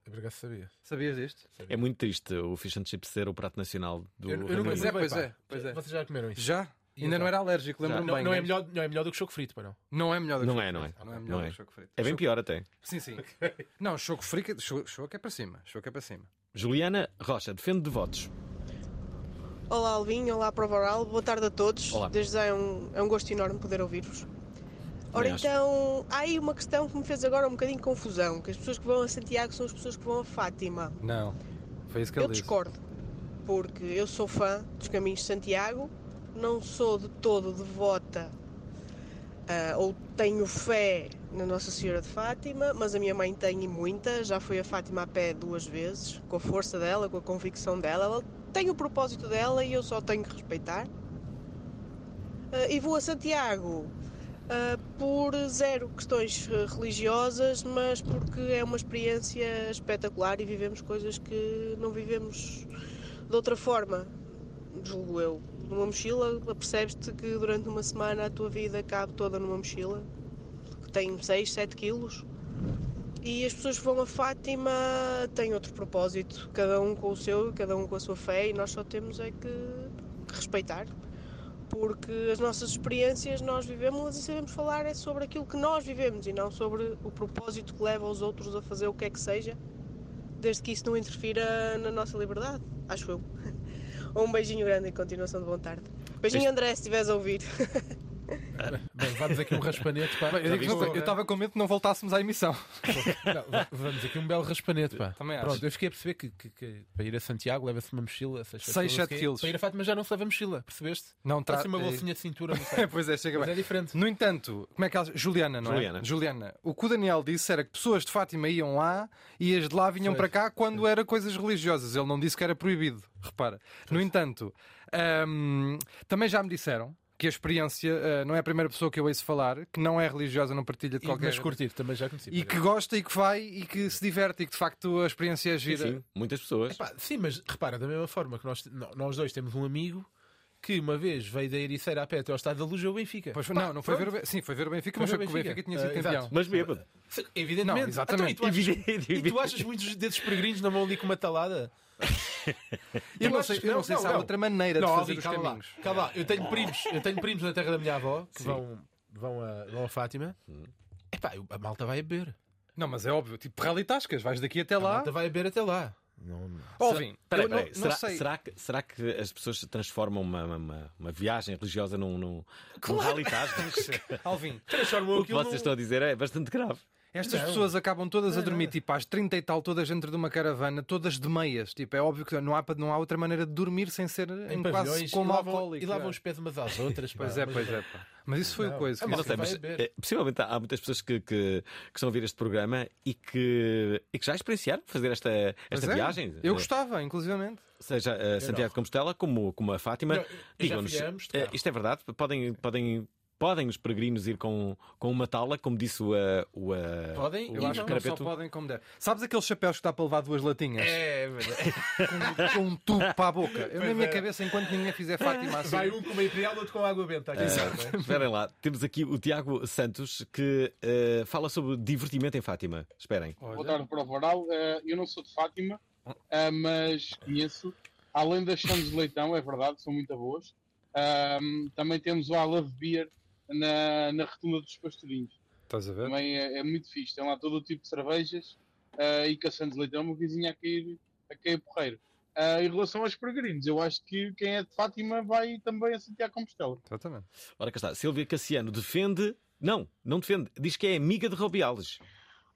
H: Obrigado, sabia.
G: Sabias disto?
E: É muito triste o fish and chips ser o prato nacional do
H: Eu- eu
E: Reino
H: nunca
E: Unido.
H: provei,
G: Pois
H: pá.
G: é, pois é.
H: Vocês já comeram isso?
G: Já.
H: E
G: Ainda
H: eu
G: não
H: já.
G: era alérgico,
H: Já.
G: lembro-me
H: Não,
G: bem.
H: não, é
G: né?
H: melhor, não é melhor do que choco frito, pá, não.
G: Não é melhor do que
E: Não
G: choco
E: é, não é.
G: frito. Não é melhor
E: Não
G: do
E: é.
G: que choco frito.
E: É bem
G: Choco-
E: pior até.
G: Sim, sim. Não, choco frito, choco, choco é para cima. Choco é para cima.
E: Juliana Rocha, defende de votos.
T: Olá Alvin, olá Prova Oral, boa tarde a todos.
E: Olá.
T: Desde já é um, é um gosto enorme poder ouvir-vos. Ora
E: Também acho.
T: então, há aí uma questão que me fez agora um bocadinho de confusão, que as pessoas que vão a Santiago são as pessoas que vão a Fátima.
G: Não. Foi isso que
T: Eu
G: ele disse.
T: discordo, porque eu sou fã dos Caminhos de Santiago, não sou de todo devota ah, ou tenho fé na Nossa Senhora de Fátima, mas a minha mãe tem e muita, já foi a Fátima a pé duas vezes, com a força dela, com a convicção dela, ela tem o propósito dela e eu só tenho que respeitar. Ah, e vou a Santiago ah, por zero questões eh, religiosas, mas porque é uma experiência espetacular e vivemos coisas que não vivemos de outra forma, julgo eu. Numa mochila, percebes-te que durante uma semana a tua vida cabe toda numa mochila, que tem 6, 7 quilos. E as pessoas que vão a Fátima têm outro propósito, cada um com o seu, cada um com a sua fé, e nós só temos é que respeitar porque as nossas experiências nós vivemos e sabemos falar é sobre aquilo que nós vivemos e não sobre o propósito que leva os outros a fazer o que é que seja, desde que isso não interfira na nossa liberdade, acho eu. Um beijinho grande e continuação de boa tarde. Beijinho
H: Este-
T: André, se estiveres a ouvir.
H: Bem, vamos aqui um raspanete. Pá.
G: Bem, eu digo uma coisa, eu estava com medo que não voltássemos à emissão.
H: Não, va- vamos aqui um belo raspanete. Pá.
G: Também acho.
H: Pronto, eu fiquei a perceber que, que- que para ir a Santiago leva-se uma mochila. seis, sete
G: Seis,
H: quilos,
G: sete
H: ok?
G: quilos.
H: Para ir a Fátima já não se leva mochila, percebeste?
G: Não tra- eh,
H: Traz uma bolsinha de cintura. não sei.
G: pois é, chega
H: Mas
G: bem.
H: é diferente.
G: No entanto, como é que ela... Juliana, não
H: Juliana.
G: é? Juliana. O que o Daniel disse era que pessoas de Fátima iam lá e as de lá vinham para cá quando era coisas religiosas. Ele não disse que era proibido, repara. No entanto, hum, também já me disseram que a experiência ah, não é a primeira pessoa que eu ouço falar, que não é religiosa, não partilha de
H: E,
G: qualquer...
H: mas curtir, também já conheci.
G: E que gosta e que vai e que se diverte e que de facto a experiência é gira.
E: muitas pessoas.
H: sim, mas repara, da mesma forma que nós, no- nós dois temos um amigo que uma vez veio da Ericeira a pé até ao Estado da Luz e ao Benfica.
G: Pois, não, não foi ver o Ben- sim, foi ver o Benfica, mas foi porque o Benfica tinha sido campeão.
E: Mas bêbado.
H: Ah, Sim, Evidentemente.
G: Não, exatamente.
H: Então, e, tu achas,
G: Evidente,
H: e tu achas muitos desses peregrinos não vão ali com uma talada? Tu
G: Eu não
H: achas
G: sei-
H: que
G: eu não sei se há outra maneira de
H: Não,
G: fazer
H: Ali,
G: os
H: calma lá,
G: caminhos.
H: calma lá. Eu tenho primos, eu tenho primos na terra da minha avó que
G: Sim.
H: vão, vão, a, vão a Fátima. Epá, a malta vai a beber.
G: Não, mas é óbvio, tipo rally tascas, vais daqui até lá. A malta
H: vai a beber até lá.
G: Ouvem,
E: Peraí,
G: eu não-
E: peraí.
G: não
E: será,
G: sei-
E: será que, será que as pessoas transformam uma, uma- uma- uma viagem religiosa num, num, num
G: Claro. é
E: rally tascas?
G: Alvin,
H: transformou
E: o que vocês estão a dizer é bastante grave.
G: Estas
E: Não.
G: pessoas acabam todas a dormir, tipo às 30 e tal, todas dentro de uma caravana, todas de meias. Tipo, é óbvio que não há, não há outra maneira de dormir sem ser em
H: Em
G: quase
H: pavilhões
G: como
H: e, lavam,
G: alcoólico.
H: e lavam
G: é.
H: os pés umas às outras. pá.
G: Pois é,
H: Mas-
G: pois é. pá. Mas isso foi o
H: Não.
G: é coisa.
H: A
E: Eu
G: que
E: não sei,
G: eu
E: mas
G: disse.
E: eh, possivelmente há há muitas pessoas que, que, que estão a ouvir este programa e que, e que já experienciaram fazer esta,
G: Pois
E: esta
G: é,
E: viagem.
G: Eu
E: Eh,
G: gostava, inclusivamente.
E: Seja eh, Santiago de Compostela como, como a Fátima.
G: Não, eu já
E: Digam-nos.
G: fui a ambos de
E: eh,
G: carro.
E: isto é verdade? Podem, podem, podem os peregrinos ir com, com uma tala, como disse o. eh, o eh,
G: Podem,
E: o
G: eu acho que não só
E: Carapeto?
G: podem como der. Sabes aqueles chapéus que dá para levar duas latinhas?
H: É,
G: com, com um tubo para a boca. Eu, na
H: Pois
G: minha
H: é.
G: cabeça, enquanto ninguém fizer Fátima assim.
H: Vai um com uma imperial, outro com água benta. Aqui, não
E: Eh,
H: é?
E: Esperem lá, temos aqui o Tiago Santos que eh, fala sobre divertimento em Fátima. Esperem.
U: Boa tarde, prova oral. Eh, eu não sou de Fátima, eh, mas conheço. Além das chamas de leitão, é verdade, são muito boas. Ahm, também temos o I Love Beer na, na retunda dos pastorinhos.
G: Estás a ver?
U: Também é, é muito fixe. Tem lá todo o tipo de cervejas eh, e caçando de leitão, uma vizinha a cair, a cair porreiro. Ah, em relação aos peregrinos, eu acho que quem é de Fátima vai também a Santiago de Compostela.
G: Exatamente.
E: Ora cá está. Silvia Cassiano defende. Não, não defende. Diz que é amiga de Robiales.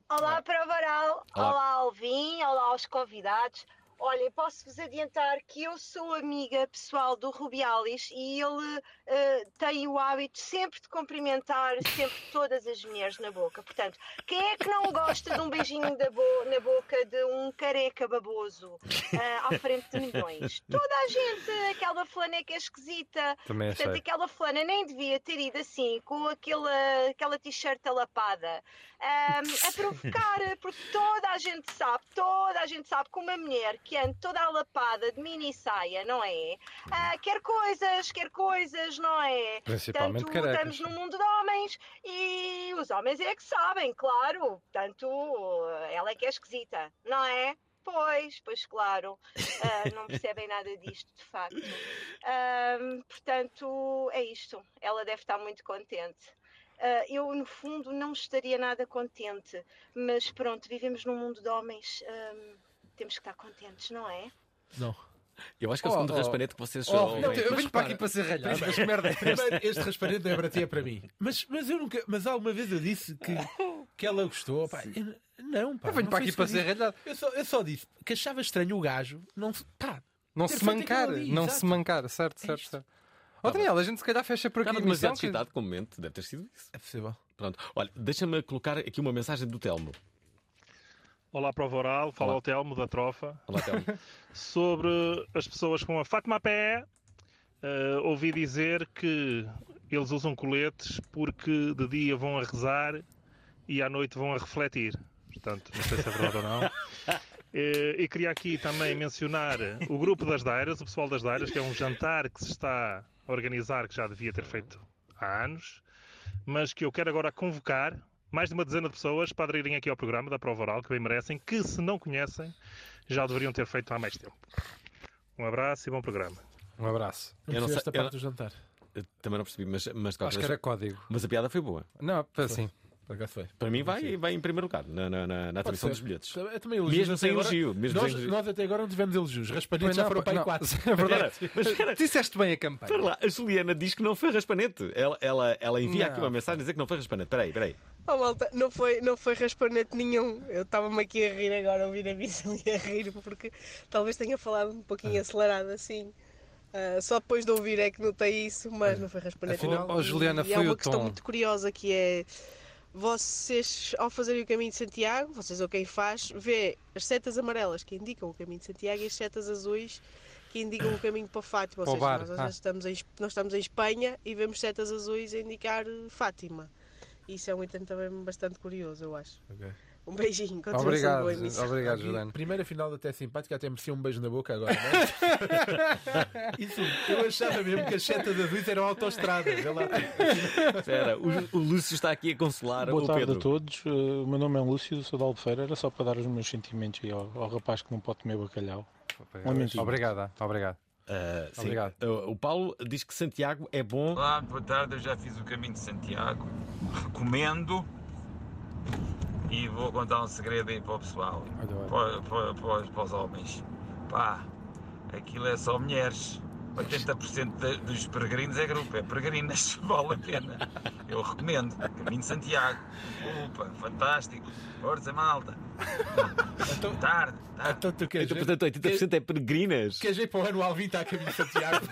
V: Olá, Provaral.
E: Olá.
V: Olá. Alvin. Olá aos convidados. Olha, posso-vos adiantar que eu sou amiga pessoal do Rubiales e ele eh, tem o hábito sempre de cumprimentar sempre todas as mulheres na boca. Portanto, quem é que não gosta de um beijinho da bo- na boca de um careca baboso ah, à frente de milhões? Toda a gente, aquela flaneca é esquisita.
W: Também
V: Portanto,
W: achei.
V: aquela fulana nem devia ter ido assim, com aquela, aquela t-shirt alapada, ahm, a provocar, porque toda a gente sabe, toda a gente sabe que uma mulher que anda toda alapada de mini saia, não é? Ah, quer coisas, quer coisas, não é?
F: Principalmente
V: Portanto,
F: carecas.
V: estamos num mundo de homens e os homens é que sabem, claro. Portanto, ela é que é esquisita, não é? Pois, pois claro, Ah, não percebem nada disto de facto. Ahm, portanto, é isto. Ela deve estar muito contente. Ah, eu, no fundo, não estaria nada contente, mas pronto, vivemos num mundo de homens, ahm, temos que estar contentes, não é?
H: Não.
E: Eu acho que é o segundo raspanete que vocês ouvem.
H: Oh, não,
E: Mas repara,
H: ralhar.
E: mas que merda é esta?
H: Primeiro, este raspanete não é para ti, é para mim. Mas, mas eu nunca. Mas alguma vez eu disse que, que ela gostou. Pá, eu n- não, pá.
G: Eu venho
H: não
G: para
H: foi
G: aqui
H: isso
G: para
H: que eu
G: ser
H: disse.
G: ralhado.
H: Eu só, eu só disse que achava estranho o gajo não se. Pá,
G: Não
H: ter
G: se
H: feito
G: mancar,
H: aquilo ali,
G: não
H: exato. É
G: se mancar, certo, certo, certo. Ó Daniel, a gente se calhar fecha por aqui
E: Estava
G: a emissão,
E: demasiado
G: que-
E: excitado com o momento, deve ter sido isso.
H: É possível.
E: Pronto, olha, deixa-me colocar aqui uma mensagem do Telmo.
W: Olá, Prova Oral. Fala o Telmo da Trofa.
E: Olá, Telmo.
W: Sobre as pessoas com a Fátima a pé, eh, ouvi dizer que eles usam coletes porque de dia vão a rezar e à noite vão a refletir. Portanto, não sei se é verdade ou não. Eh, E queria aqui também mencionar o grupo das Dairas, o pessoal das Dairas, que é um jantar que se está a organizar, que já devia ter feito há anos, mas que eu quero agora convocar mais de uma dezena de pessoas para aderirem aqui ao programa da Prova Oral, que bem merecem, que se não conhecem, já deveriam ter feito há mais tempo. Um abraço e bom programa.
H: Um abraço.
E: Eu não sei-
H: esta
E: eu
H: parte
E: não-
H: do jantar.
E: Eu também não percebi, mas, mas de qualquer
H: Acho que era
E: maneira-
H: código.
E: Mas a piada foi boa.
H: Não,
E: Foi.
H: sim. Por acaso foi.
E: Para mim vai, vai em primeiro lugar na, na, na, na
H: Pode
E: atribuição
H: ser.
E: dos bilhetes.
H: Também- eu também elogio,
E: mesmo
H: até
E: sem
H: agora-
E: elogio. Mesmo sem
H: nós,
E: elogio.
H: nós até agora não tivemos elogios. Raspanete
E: Pois
H: já
E: não,
H: foram
E: pois
H: para aí
E: não.
H: quatro.
E: É verdade. Mas, cara,
G: Disseste bem a campanha.
E: Espera lá, a Juliana diz que não foi raspanete. Ela, ela, ela envia
G: Não.
E: aqui uma mensagem a dizer que não foi raspanete. Espera aí, espera aí.
T: Oh, malta, não foi, não foi raspanete nenhum. Eu estava-me aqui a rir agora, a ouvir a visão e a rir, porque talvez tenha falado um pouquinho acelerado assim. Ah, só depois de ouvir é que notei isso, mas não foi raspanete
H: Afinal,
T: nenhum.
H: oh, Juliana,
T: e há
H: foi
T: uma
H: o
T: questão
H: tom.
T: muito curiosa que é... Vocês, ao fazerem o caminho de Santiago, vocês ou quem faz, vê as setas amarelas que indicam o caminho de Santiago e as setas azuis que indicam o caminho para Fátima. Ou
H: Para o
T: seja,
H: bar,
T: nós, às
H: ah.
T: vezes estamos em, Es- nós estamos em Espanha e vemos setas azuis a indicar eh, Fátima. Isso é um item também bastante curioso, eu acho. Um beijinho, continuação de boa emissão.
H: Aqui, Primeira final até simpática, até merecia um beijo na boca agora. é? Isso, eu achava mesmo que as setas azuis eram autoestradas. vê lá.
E: Espera, o, o Lúcio está aqui a consolar
A: Boa
E: o
A: tarde
E: Pedro.
A: a todos, Eh, o meu nome é Lúcio, sou da Albufeira, era só para dar os meus sentimentos aí ao, ao rapaz que não pode comer bacalhau. Lamento.
F: Obrigada, obrigado.
E: Ah, sim.
F: Obrigado.
E: O, o Paulo diz que Santiago é bom.
C: Olá, boa tarde. Eu já fiz o caminho de Santiago. Recomendo. E vou contar um segredo aí para o pessoal. Para, para- para os- para os homens. Pá, aquilo é só mulheres. 80% de- dos peregrinos é grupo, é peregrinas, vale a pena. Eu recomendo. Caminho de Santiago. Opa, fantástico. Força, malta. tarde.
H: Então tu queres
E: Então,
H: ver-
E: portanto, 80% é peregrinas.
H: Queres ver para o ano Alvin está a caminho de Santiago?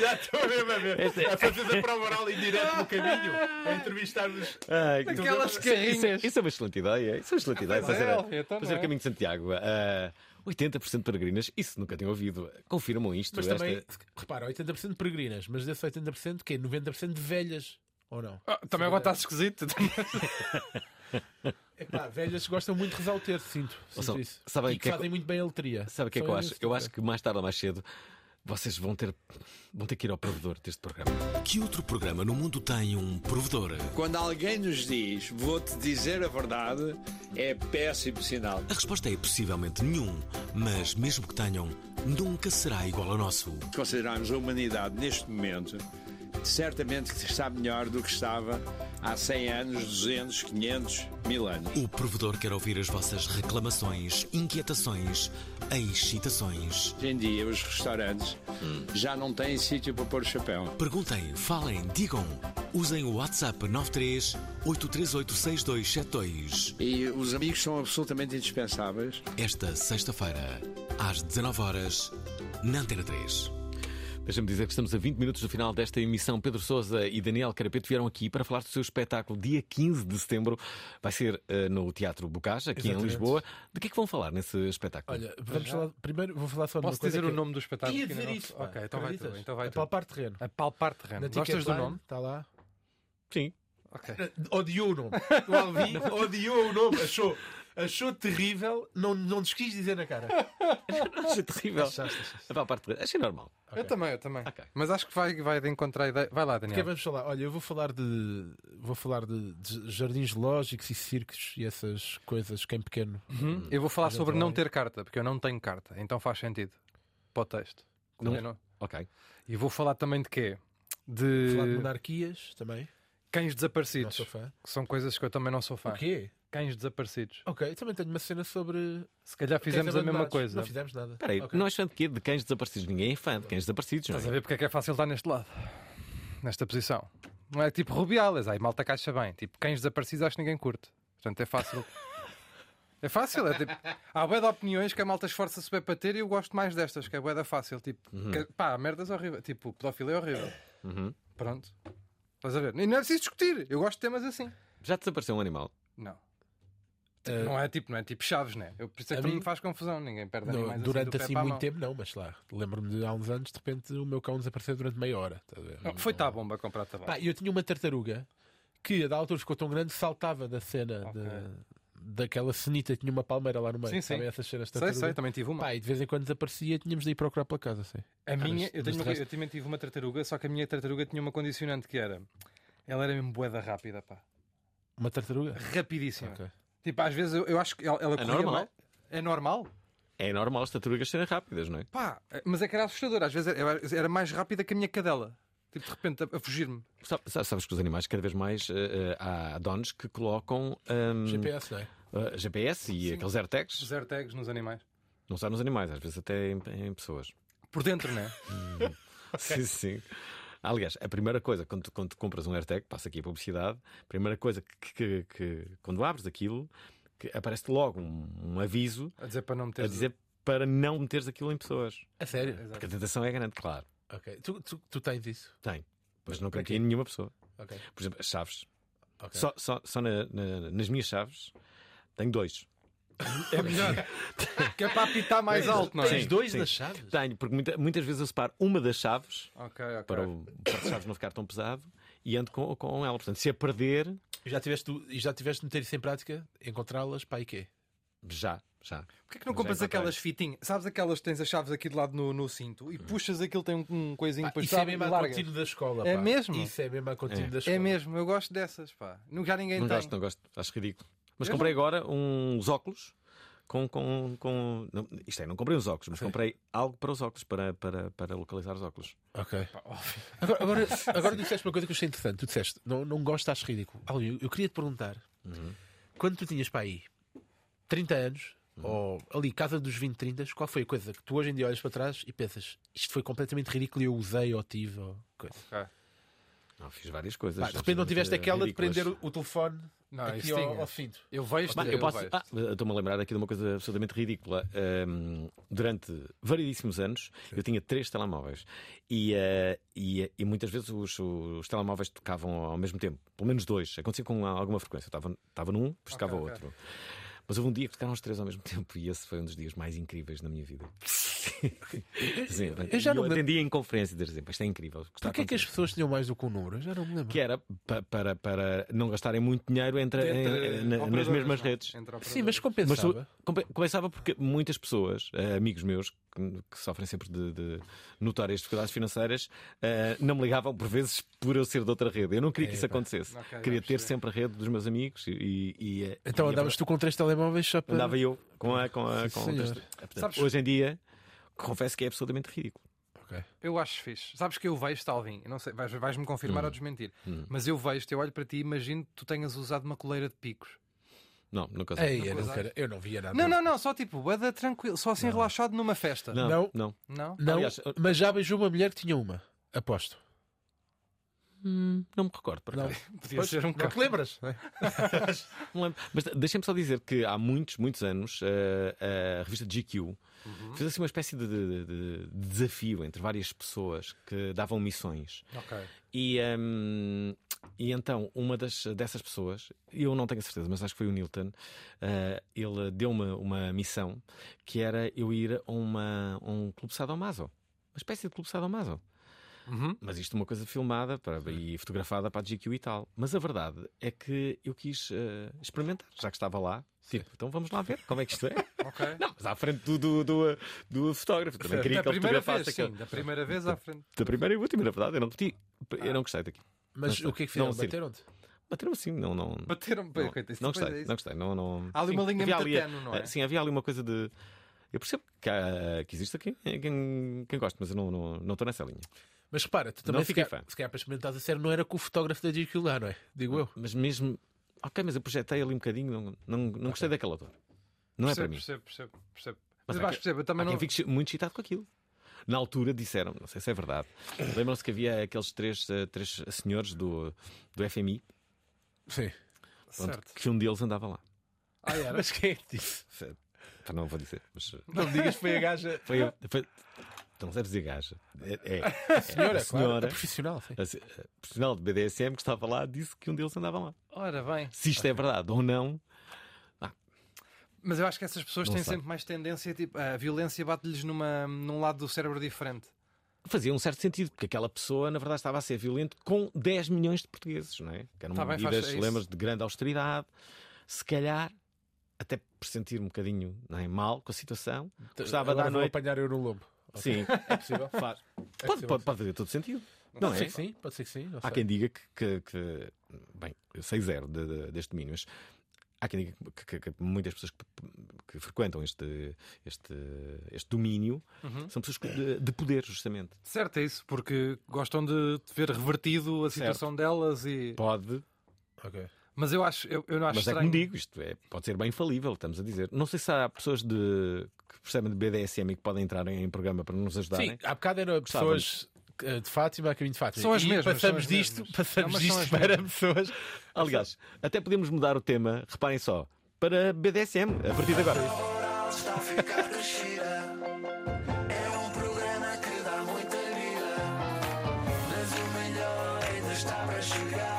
H: Já estou mesmo a ver.
E: Esta é-
H: A fazer a prova oral em direto no caminho, a entrevistar-nos.
E: Ah,
H: Aquelas
E: isso-
H: carrinhas.
E: Isso, isso é uma excelente ideia. Isso é uma excelente ideia.
H: pois é,
E: Fazer,
H: Elvio, então não
E: fazer
H: é?
E: o caminho de Santiago. Ah, 80% de peregrinas, isso nunca tenho ouvido. Confirmam isto.
H: Mas
E: esta-
H: também, repara, 80% de peregrinas, mas desse 80% que 90% de velhas, ou não?
E: Ah,
G: Também agora está esquisito.
H: Epá, velhas gostam muito de rezar o terço, sinto.
E: Ou
H: sinto
E: são-
H: isso.
E: sabem o
H: e que,
E: que é que-
H: fazem muito bem a letria. tipo,
E: Sabe o que é que
H: São
E: eu acho?
H: imensos
E: Eu
H: de
E: acho que mais tarde ou mais cedo vocês vão ter, vão ter que ir ao provedor deste programa.
B: Que outro programa no mundo tem um provedor?
D: Quando alguém nos diz, vou-te dizer a verdade, é péssimo sinal.
B: A resposta é possivelmente nenhum, mas mesmo que tenham, nunca será igual ao nosso.
D: Se considerarmos a humanidade neste momento, certamente que está melhor do que estava há 100 anos, 200, 500, 1000 anos.
B: O provedor quer ouvir as vossas reclamações, inquietações, excitações.
D: Hoje em dia, os restaurantes já não têm sítio para pôr o chapéu.
B: Perguntem, falem, digam. Usem o WhatsApp 93 8386272.
D: E os amigos são absolutamente indispensáveis.
B: Esta sexta-feira, às 19 horas, na Antena 3.
E: Deixa-me dizer que estamos a 20 minutos do final desta emissão. Pedro Sousa e Daniel Carapeto vieram aqui para falar do seu espetáculo dia 15 de setembro. Vai ser eh, no Teatro Bocage, aqui em
H: Exatamente.
E: Lisboa. De que é que vão falar nesse espetáculo?
H: Olha, vamos falar, primeiro vou falar só de
E: Posso
H: uma coisa
E: dizer o
H: que é-
E: nome do espetáculo
H: Ia
E: que ainda
H: dizer
E: não-
H: isso,
E: Ok,
H: pá,
E: então vai tu,
H: acreditas?
E: então vai
H: A
E: tu.
H: palpar terreno.
G: A palpar terreno.
H: Na
G: Gostas do
H: Ticketline,
G: nome?
H: Está lá.
E: Sim.
H: Odiou o nome. O Alvin odiou o nome. Achou, achou terrível. Não, não nos quis dizer na cara.
E: Achei terrível.
H: Achaste,
E: Para a parte, achei normal.
G: Eu também, eu também. Mas acho que vai, vai de encontrar a ideia. Vai lá,
H: De que é que
G: Daniel.
H: vamos falar? Olha, eu vou falar de. Vou falar de, de jardins lógicos e circos e essas coisas que em pequeno. eh,
G: Uhum. Eu vou falar
H: a gente
G: sobre não
H: vai.
G: ter carta, porque eu não tenho carta, então faz sentido para o texto.
H: Não-
G: Eu
E: Ok.
G: E vou falar também de quê?
H: Vou falar de
G: De
H: monarquias também.
G: eh, cães desaparecidos.
H: Não sou fã.
G: Que são coisas que eu também não sou fã.
H: O quê?
G: Cães desaparecidos.
H: Ok, também tenho uma cena sobre. é
G: Se calhar fizemos
H: cães
G: a mesma
H: abandonados.
G: coisa.
H: Não fizemos nada.
E: Espera aí,
H: Ok.
E: não és fã de quê? é De cães desaparecidos? Ninguém é fã de cães desaparecidos, não
G: Estás a
E: é?
G: ver porque é que é fácil estar neste lado, nesta posição. Não é tipo Rubiales, aí malta caixa bem. Tipo, cães desaparecidos acho que ninguém curte. Portanto, é fácil. é fácil, é tipo. Há bué de opiniões que a malta esforça-se bem para ter e eu gosto mais destas, que é bué da fácil. Tipo,
E: Uhum.
G: que- pá, merdas horrível. Tipo, pedofilia é horrível.
E: Uhum.
G: Pronto. Estás a ver? E não é preciso discutir. Eu gosto de temas assim.
E: Já desapareceu um animal?
G: Não. Tipo, não é tipo, não é tipo chaves, né? Eu, por isso é que
H: Eh, a
G: para mim
H: mim-
G: faz confusão, ninguém perde
H: Não,
G: animais
H: durante
G: assim, do
H: assim
G: pé para a
H: muito
G: mão.
H: tempo, não, mas lá, lembro-me de há uns anos, de repente o meu cão desapareceu durante meia hora. estás a ver?
G: Não, foi tá bomba comprar tabaco.
H: Pá, eu tinha uma tartaruga que a da altura ficou tão grande que saltava da cena de- daquela cenita que tinha uma palmeira lá no meio.
G: Sim, sim.
H: Sabem essas cenas de
G: Sei,
H: tartaruga?
G: sei, também tive uma.
H: Pá, e de vez em quando desaparecia, tínhamos de ir procurar pela casa. Assim.
G: A minha,
H: Mas-
G: eu,
H: mas
G: tenho
H: de
G: uma,
H: resto-
G: eu também tive uma tartaruga, só que a minha tartaruga tinha uma condicionante que era. Ela era mesmo boeda rápida, pá.
H: Uma tartaruga?
G: Rapidíssima.
H: Ok.
G: Tipo, às vezes eu, eu acho que ela, ela
E: É
G: corria
E: normal.
G: mais- É normal?
E: É normal as tartarugas serem rápidas, não é?
G: Pá, mas é que era assustador. Às vezes era, era mais rápida que a minha cadela. Tipo, de repente, a, a fugir-me.
E: Sa- sa- Sabes que os animais, cada vez mais, eh, eh, há donos que colocam ahm,
G: GPS, não é?
E: eh, GPS e aqueles AirTags.
G: Os AirTags nos animais.
E: Não só nos animais, às vezes até em, em pessoas.
G: Por dentro, não é?
H: Hum.
E: Sim, sim. Aliás, a primeira coisa, quando, tu- quando tu compras um AirTag, passa aqui a publicidade, a primeira coisa que, que- que- quando abres aquilo, que aparece logo um, um aviso
G: a dizer para não meteres.
E: A dizer para não meteres aquilo em pessoas.
H: A sério?
E: Porque a tentação é grande, claro.
H: Ok. Tu, tu, tu tens isso?
E: Tem. Mas não
H: Para
E: coloquei
H: quê?
E: em nenhuma pessoa.
H: Ok.
E: Por exemplo, as chaves.
H: Ok.
E: Só, só, só na- na- nas minhas chaves tenho dois. É melhor.
G: que é para apitar mais alto, não é?
E: Tenho, porque muita- muitas vezes eu separo uma das chaves
G: Ok, ok.
E: para o porta-chaves não ficar tão pesado e ando com, com ela. Portanto, se a perder,
H: Já tiveste, tu- e já tiveste de meter isso em prática? Encontrá-las, pá, e quê?
E: já, já.
G: Porquê que não compras aquelas fitinhas? Sabes aquelas que tens as chaves aqui de lado no, no cinto e puxas aquilo, tem um, um coisinho depois
H: Hum. Isso é
G: sabe, e
H: mesmo a
G: largas.
H: contínuo da escola.
G: É
H: pá.
G: mesmo?
H: Isso é mesmo a contínuo
E: É.
H: da escola.
G: É mesmo, eu gosto dessas, pá. Não- Já ninguém
E: não
G: tem.
E: gosto, não gosto, acho ridículo. Mas
G: Eu
E: comprei agora uns óculos com. com, com não, isto é, não comprei uns óculos, mas comprei algo para os óculos, para, para, para localizar os óculos.
H: Ok. Agora, agora, agora tu disseste uma coisa que eu achei interessante. Tu disseste, não, não gosto, acho ridículo. Alvin, eu, eu queria te perguntar,
G: Uhum.
H: quando tu tinhas para aí 30 anos,
E: Uhum.
H: ou ali, casa dos 20, 30, qual foi a coisa que tu hoje em dia olhas para trás e pensas, isto foi completamente ridículo e eu usei ou tive ou coisa?
E: Não, fiz eh, várias coisas.
H: Pá, de repente não tiveste aquela de prender o, o telefone
G: Não,
H: aqui
G: isso
H: ao,
G: tinha.
H: ao cinto.
G: Eu vejo,
E: Bem,
G: eu
E: eu posso-
G: vejo.
E: Ah, Estou-me a lembrar aqui de uma coisa absolutamente ridícula. Ahm, durante variedíssimos anos, eu tinha três telemóveis e, ah, e- e muitas vezes os, os telemóveis tocavam ao mesmo tempo, pelo menos dois. Acontecia com alguma frequência. Eu estava- estava num, depois tocava
G: ok.
E: outro. Mas houve um dia que tocaram os três ao mesmo tempo e esse foi um dos dias mais incríveis na minha vida. Sim,
H: eu já
E: e
H: não
E: eu
H: me-
E: atendi em conferência e dizia: "Pá, Isto é incrível. o que está a
H: Porquê é que as pessoas tinham mais do que um número? Eu já não me lembro.
E: que era pa- para, para não gastarem muito dinheiro entre,
H: Entre
E: em- eh, na- nas
H: operadoras,
E: mesmas
H: não é?
E: redes.
H: Entre Sim, mas operadoras. compensava.
E: tu- compe- compensava porque muitas pessoas, eh, amigos meus, que, que sofrem sempre de, de notórias dificuldades financeiras, eh, não me ligavam por vezes por eu ser de outra rede. Eu não queria que isso
H: Epá.
E: acontecesse.
H: Ok, já
E: queria ter sempre a rede dos meus amigos e. e, eh,
H: Então
E: e a
H: andavas
E: verdade-
H: tu com três telemóveis só para.
E: Andava eu com a. Com a
H: Sim,
E: com
H: senhor.
E: outras- eh, portanto,
G: Sabes-
E: Hoje em dia, confesso que é absolutamente ridículo.
G: Eu acho fixe. Sabes que eu vejo, Talvin, eu não sei, vais- vais-me confirmar
E: Hum.
G: ou desmentir,
E: Hum.
G: mas eu vejo-te, eu olho para ti e imagino que tu tenhas usado uma coleira de picos.
E: Não, nunca usei.
H: Ei, eu,
G: Nunca
H: não
G: usaste.
H: quero- eu não via nada.
G: Não, não, não, só tipo, boeda tranquilo, só assim relaxado numa festa.
H: Não.
E: Não.
G: Não?
H: Não,
G: Aliás,
H: mas já beijou uma mulher que tinha uma. Aposto.
E: Hum, não me recordo. Por
H: não.
G: Podia ser um
H: não te
G: carro.
H: lembras?
E: é? Não lembro. Mas deixem-me só dizer que há muitos, muitos anos eh, a revista GQ fez assim uma espécie de, de- de- de desafio entre várias pessoas que davam missões.
G: Ok.
E: E, hum, e então uma das, dessas pessoas, eu não tenho a certeza, mas acho que foi o Newton, eh, ele deu-me uma missão que era eu ir a uma, um clube sadomaso. Uma espécie de clube sadomaso. Mas isto é uma coisa filmada para, e fotografada para a GQ e tal. Mas a verdade é que eu quis eh, experimentar, já que estava lá. Tipo, então vamos lá ver como é que isto é.
G: Ok.
E: Não, mas à frente do, do, do, do fotógrafo. Também
G: Certo.
E: queria
G: Da
E: que ele
G: primeira
E: fotografasse
G: vez,
E: aquilo.
G: sim, da primeira vez à frente.
E: Da primeira e última, na verdade. Eu não curti. Eu não gostei daqui.
H: Mas
E: Não sei.
H: o que é que fizeram?
E: Não, sim.
H: Bateram-te?
E: Bateram-me sim, não. não
G: Bateram-me,
E: não,
G: coitado, isso
E: não
G: depois é
E: gostei,
G: isso.
E: não gostei. Não, não...
G: Há ali uma
E: Sim,
G: linha
E: havia
G: muito
E: ali a-
G: tenue, não é?
E: eh, Sim, havia ali uma coisa de. Eu percebo que, há, que existe quem, quem, quem gosta, mas eu não estou não, estou nessa linha.
H: Mas repara, tu também
E: Não
H: se
E: fiquei
H: calhar-
E: fã.
H: Se calhar para experimentares a sério, não era com o fotógrafo da GQ lá, não é? Digo eu.
E: Mas mesmo. Ok, mas eu projetei ali um bocadinho, não, não, não gostei daquela dor. Não é para mim.
G: Percebo, percebo, percebo.
E: Mas
G: Mas,
E: há
G: vais
E: que-
G: perceber, eu também
E: há
G: não.
E: quem fique muito excitado com aquilo. Na altura disseram, não sei se é verdade, lembram-se que havia aqueles três, eh, três senhores do, do FMI
H: Sim.
E: pronto,
G: Certo.
E: que um deles andava lá.
G: Ah, era?
H: Mas quem é que disse?
E: Pá, Não vou dizer, mas. eh,
H: Não me digas que foi a gaja.
E: Foi, eu- foi... Tu não sabes dizer gaja. É, é-
H: A senhora,
E: a senhora
H: claro, a profissional, sim.
E: a se- a profissional de BDSM que estava lá disse que um deles andava lá.
G: Ora bem.
E: Se isto é verdade ou não, ah,
G: Mas eu acho que essas pessoas
E: Não
G: têm
E: sei.
G: sempre mais tendência, tipo, a violência bate-lhes numa- num lado do cérebro diferente.
E: Fazia um certo sentido, porque aquela pessoa, na verdade, estava a ser violento com 10 milhões de portugueses, não é? Que eram
G: Tá bem, faz-
E: medidas,
G: é isso.
E: lembras, de grande austeridade. Se calhar, até por sentir um bocadinho não é, mal com a situação, gostava
H: Agora
E: da
H: vou
E: noite.
H: apanhar Eurolobo. Ok.
E: Sim,
H: É possível?
E: Faz.
H: É
E: Pode,
H: possível.
E: pode, pode fazer todo sentido. Não
H: pode
E: é?
H: ser que sim, pode ser que sim. não
E: Há
H: sei.
E: quem diga que, que- que- bem, 6-0 de- de- deste domínio, mas há quem diga que, que- que muitas pessoas que, que frequentam este, este, este domínio
G: Uhum.
E: são pessoas de, de poder, justamente.
G: Certo, é isso, porque gostam de ver revertido a
E: Certo.
G: situação delas e.
E: Pode.
G: Mas eu acho, eu, eu não acho
E: Mas é
G: estranho.
E: como digo, isto é, pode ser bem falível, estamos a dizer. Não sei se há pessoas de, que percebem de BDSM e que podem entrar em, em programa para nos ajudarem.
H: Sim, há bocado eram
E: Gostávamos.
H: pessoas eh, de Fátima a caminho de Fátima.
E: né? São as
H: E
E: mesmas,
H: Passamos
E: são as
H: disto,
E: mesmas.
H: Passamos
E: Não, mas são
H: disto
E: as
H: para
E: mesmas.
H: pessoas.
E: Aliás, até podemos mudar o tema, reparem só, para BDSM, a partir de agora.
I: está a ficar crescida. É um programa que dá muita vida. Mas o melhor ainda está para chegar.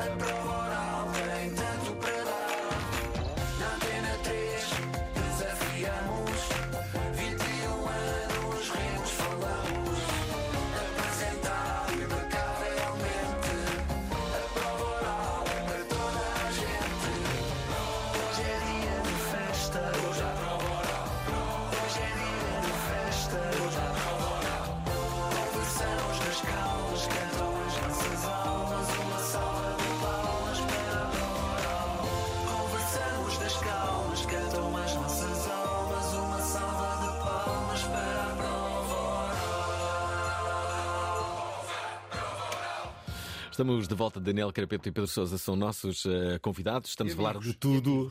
I: A prova oral tem tanto para dar. Na Antena 3 desafiamos. 21 anos rimos, falamos. Apresentar impecavelmente. A prova oral é para toda a gente. Hoje é dia de festa, hoje há prova oral. Hoje é dia de festa, hoje há prova oral. Conversamos nas calmas, cantam as nossas almas, uma salva de palmas para a prova oral. Conversamos nas calmas, cantam as nossas almas, uma salva de palmas para a prova oral.
E: Estamos de volta, Daniel Carapeto e Pedro Sousa são nossos eh, convidados. Estamos a falar de tudo.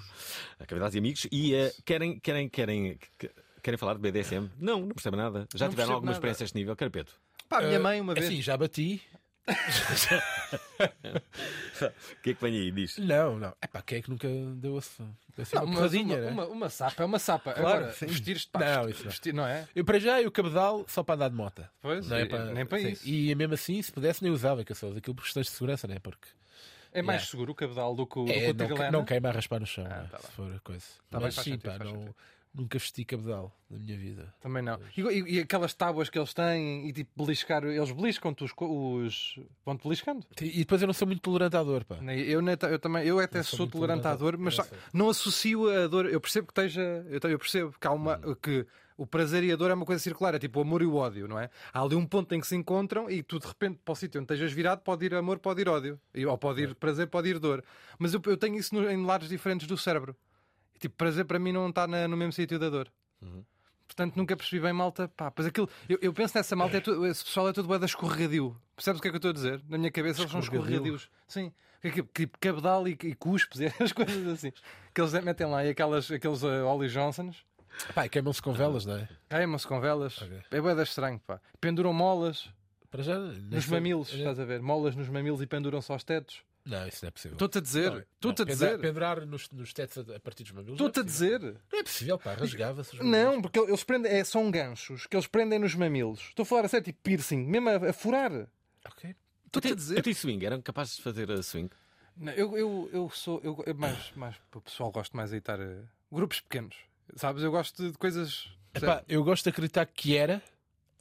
E: Eh, Convidados e amigos. E eh, querem, querem, querem, que- querem falar de BDSM? Não, não percebem nada. Já
H: Não
E: tiveram
H: percebo
E: alguma
H: nada.
E: experiência a este nível, Carapeto? é
G: Pá, a minha
H: Eh,
G: mãe uma vez.
H: Assim, já bati.
E: O que é que vem aí? Diz.
H: Não, não. É pá, quem é que nunca deu assim, assim
G: Não,
H: uma
G: mas
H: porradinha,
G: uma,
H: né?
G: uma, uma sapa é uma sapa.
H: Claro,
G: Agora,
H: sim.
G: vestir-te pá,
H: Não,
G: vestir-
H: isso não.
G: vestir, não é?
H: Eu para já, eu cabedal só para andar de moto.
G: Pois,
H: não é
G: e- nem para
H: sim.
G: isso.
H: E mesmo assim, se pudesse, nem usava, que eu só uso aquilo por questões de segurança, né? Porque.
G: É mais
H: Yeah.
G: seguro o cabedal do que o, né?
H: É,
G: do que
H: não,
G: o
H: que-
G: Tiglana?
H: não queima a raspar no chão,
G: Ah,
H: né,
G: tá
H: se
G: bem.
H: for a coisa.
G: Tá bem,
H: Mas
G: faz
H: sim,
G: sentido,
H: pá,
G: faz
H: não- nunca vesti cabedal na minha vida.
G: Também não. E, e- e aquelas tábuas que eles têm e tipo beliscar, eles beliscam-te os, co- os- vão-te beliscando.
H: E depois eu não sou muito tolerante à dor, pá.
G: Eu, neta- eu também, eu até
H: Eu sou
G: sou,
H: muito
G: tolerante à dor,
H: tolerante à-
G: mas
H: eu
G: só- não associo a dor. Eu percebo que esteja, eu, te- eu percebo que há uma
H: Hum.
G: que o prazer e a dor é uma coisa circular, é tipo o amor e o ódio, não é? Há ali um ponto em que se encontram e tu de repente para o sítio onde estejas virado pode ir amor, pode ir ódio, E- ou pode ir prazer, pode ir dor. Mas eu, eu tenho isso no- em lados diferentes do cérebro. Tipo, prazer para mim não está na- no mesmo sítio da dor.
H: Uhum.
G: Portanto, nunca percebi bem, malta. Pá, pois aquilo, eu, eu penso nessa malta, é tudo, esse pessoal é tudo boeda escorregadio. Percebes o que é que eu estou a dizer? Na minha cabeça eles são
H: Escorregadio.
G: escorregadios. Sim. Que- que- que- Tipo cabedal e, e cuspes, e as coisas assim. Que eles metem lá e aquelas, aqueles uh, Ollie Johnsons.
H: Pá, e queimam-se com velas, não é?
G: Queimam-se com velas. É boeda estranho, pá. Penduram molas
H: Para já.
G: nos mamilos, estás a ver? Molas nos mamilos e penduram só aos tetos.
H: Não, isso não é possível.
G: Estou-te a dizer,
H: Não,
G: estou-te a
H: não, pendura-
G: dizer.
H: Pendurar nos, nos tetos a a partir dos mamilos.
G: Estou-te a
H: não é
G: dizer.
H: possível. Não é possível, pá, rasgava-se. os mamilos.
G: Não, porque eles prendem, é, são ganchos que eles prendem nos mamilos. Estou a falar a sério, tipo piercing, mesmo a, a furar.
H: Ok.
G: Estou-te a dizer.
E: Até swing, eram capazes de fazer eh, swing.
G: Não, eu, eu, eu sou. Eu, eu mais, mais, o pessoal gosto mais de estar. eh, Grupos pequenos. Sabes? Eu gosto de, de coisas.
H: Epá, eu gosto de acreditar que era,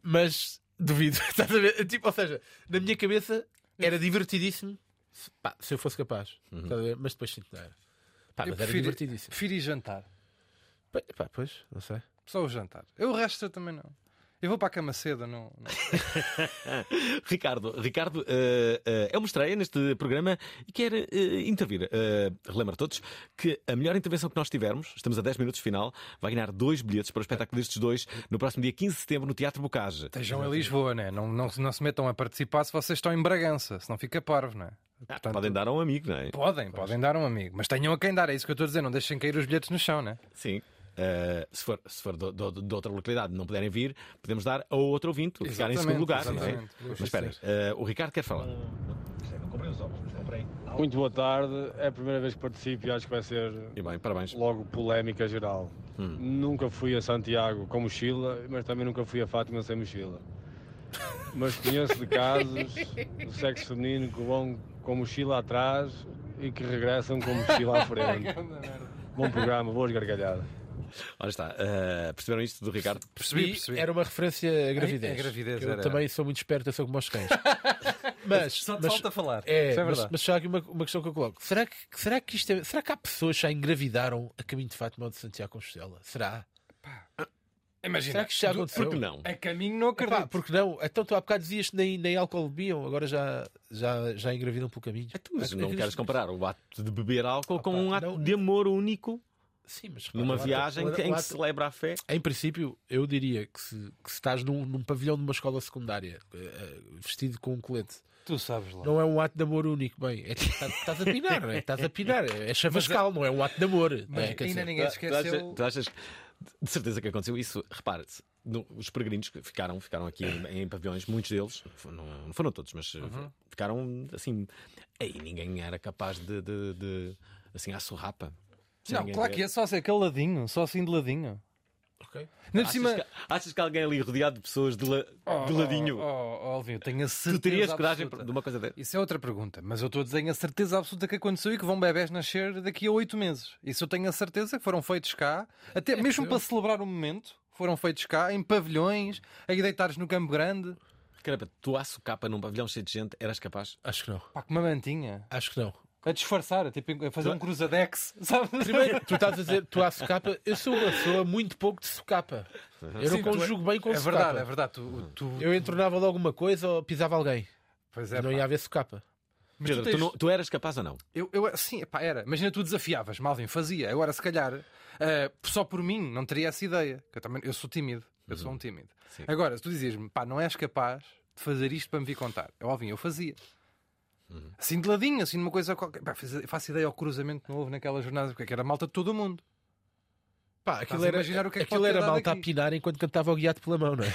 H: mas duvido. Estás a ver? Tipo, ou seja, na minha cabeça era divertidíssimo se, pá, se eu fosse capaz. Estás a ver? Mas depois sinto que não era. Pá, mas
G: Eu
H: era
G: prefiro-
H: divertidíssimo.
G: Prefiro ir jantar.
H: Pá, pá, pois, não sei.
G: Só o jantar. Eu o resto eu também não. Eu vou para a cama cedo, não. não.
E: Ricardo, Ricardo eh, eh, é uma estreia neste programa e quer eh, intervir. Eh, relembro a todos que a melhor intervenção que nós tivermos, estamos a 10 minutos final, vai ganhar dois bilhetes para o espetáculo destes dois no próximo dia 15 de setembro no Teatro Bocage.
G: Estejam em Lisboa, né? não, não, não se metam a participar se vocês estão em Bragança, senão fica parvo, não é? Portanto,
E: Podem dar a um amigo, não é?
G: Podem, podem dar a um amigo, mas tenham a quem dar, é isso que eu estou a dizer, não deixem cair os bilhetes no chão, né?
E: Sim. Eh, se for, se for do- do- de outra localidade não puderem vir, podemos dar a outro ouvinte, ficar em
G: Exatamente,
E: segundo lugar. Não é?
G: exatamente.
E: Mas esperem, eh, o Ricardo quer falar.
J: Muito boa tarde, é a primeira vez que participo e acho que vai ser logo polémica geral. Nunca fui a Santiago com mochila, mas também nunca fui a Fátima sem mochila. Mas conheço de casos do sexo feminino que vão com mochila atrás e que regressam com mochila à frente. Bom programa, boas gargalhadas.
E: Ora está, eh, perceberam isto do Ricardo?
H: E Era uma
G: É,
H: referência à gravidez.
E: Ai, à gravidez,
H: Que eu
E: era.
H: também sou muito esperto, eu sou como os cães. Mas,
G: Só te
H: mas-
G: falta falar.
H: É,
G: Isso é
H: mas,
G: verdade.
H: mas só há aqui uma, uma questão que eu coloco. Será que, será, que isto é- será que há pessoas que já engravidaram a caminho de Fátima ou de Santiago de Compostela? Será?
G: Imagina,
H: Será que isto já
G: do-
H: aconteceu?
G: porque não? A caminho não acredito.
H: porque não? Então tu há bocado dizias que nem, nem álcool bebiam, agora já, já, já engravidam pelo caminho.
E: Então,
H: é
E: Mas não queres comparar o ato de beber álcool com
H: pá,
E: um ato de amor único
H: Sim, mas
E: numa
H: repara, o ato-
E: viagem
H: o-
E: em
H: o
E: que
H: ato-
E: se celebra a fé.
H: Em princípio, eu diria que se, que se estás num, num pavilhão de uma escola secundária, eh, eh, vestido com um colete,
G: Tu sabes lá.
H: não é um ato de amor único. Bem, é, tipo, estás, estás a pinar, não é? Estás a pinar. É chavascal, não é um ato de amor. não é? Quer dizer,
E: Tu- tu achas- Tu achas, de certeza que aconteceu isso? Repare-se, no- os peregrinos que ficaram, ficaram aqui em, em pavilhões, muitos deles, f- não, não foram todos, mas eh,
G: Uhum.
E: ficaram assim. Aí ninguém era capaz de, de, de assim, à sorrapa. Sem
G: Não,
E: ninguém
G: claro
E: ver.
G: que é só assim, aquele ladinho, só assim de ladinho. Ainda por
E: Achas,
G: cima-
E: que, achas que alguém ali rodeado de pessoas de, la- de ladinho?
G: Oh, oh, oh, Alvin, eu tenho a certeza.
E: Tu terias coragem
G: absoluta.
E: de uma coisa dessas?
G: Isso é outra pergunta, mas eu estou a dizer tenho a certeza absoluta que aconteceu e que vão bebés nascer daqui a oito meses. Isso eu tenho a certeza que foram feitos cá,
E: É
G: até mesmo para celebrar o momento, foram feitos cá, em pavilhões, aí deitados no Campo Grande.
E: Caramba, tu à socapa num pavilhão cheio de gente, eras capaz?
H: Acho que não.
G: Pá, com uma mantinha.
H: Acho que não.
G: A disfarçar, tipo, a fazer
H: Tu-
G: um cruzadex, sabe?
H: Primeiro, tu estás a dizer, tu à socapa, eu sou uma pessoa muito pouco de socapa.
E: Uhum.
H: Eu
G: Sim,
H: não
G: tu é-
H: conjugo bem com
G: é
H: socapa.
G: verdade, é verdade, tu- tu-
H: Eu entornava logo uma coisa ou pisava alguém.
G: Pois
H: é, não ia haver socapa.
G: Mas tu
E: Pedro, tu,
G: tens-
E: não- tu eras capaz ou não?
G: Eu, eu sim, epá, era. Imagina, tu desafiavas, Malvin fazia. Agora, se calhar, eh, só por mim, não teria essa ideia. que Eu, também, eu sou tímido. Eu sou um tímido.
E: Uhum. Sim.
G: Agora, se tu dizias-me, pá, não és capaz de fazer isto para me vir contar. Eu, Alvin, eu fazia.
E: Uhum.
G: Assim de ladinho, assim numa coisa qualquer. Pá, fiz- faço ideia ao cruzamento que não houve naquela jornada, porque era malta de todo o mundo.
H: Pá, aquilo
G: Estás a
H: era,
G: imaginar o que é que
H: aquilo
G: pode ter
H: era
G: dado
H: malta
G: aqui.
H: a pinar enquanto cantava o guiado pela mão, não é?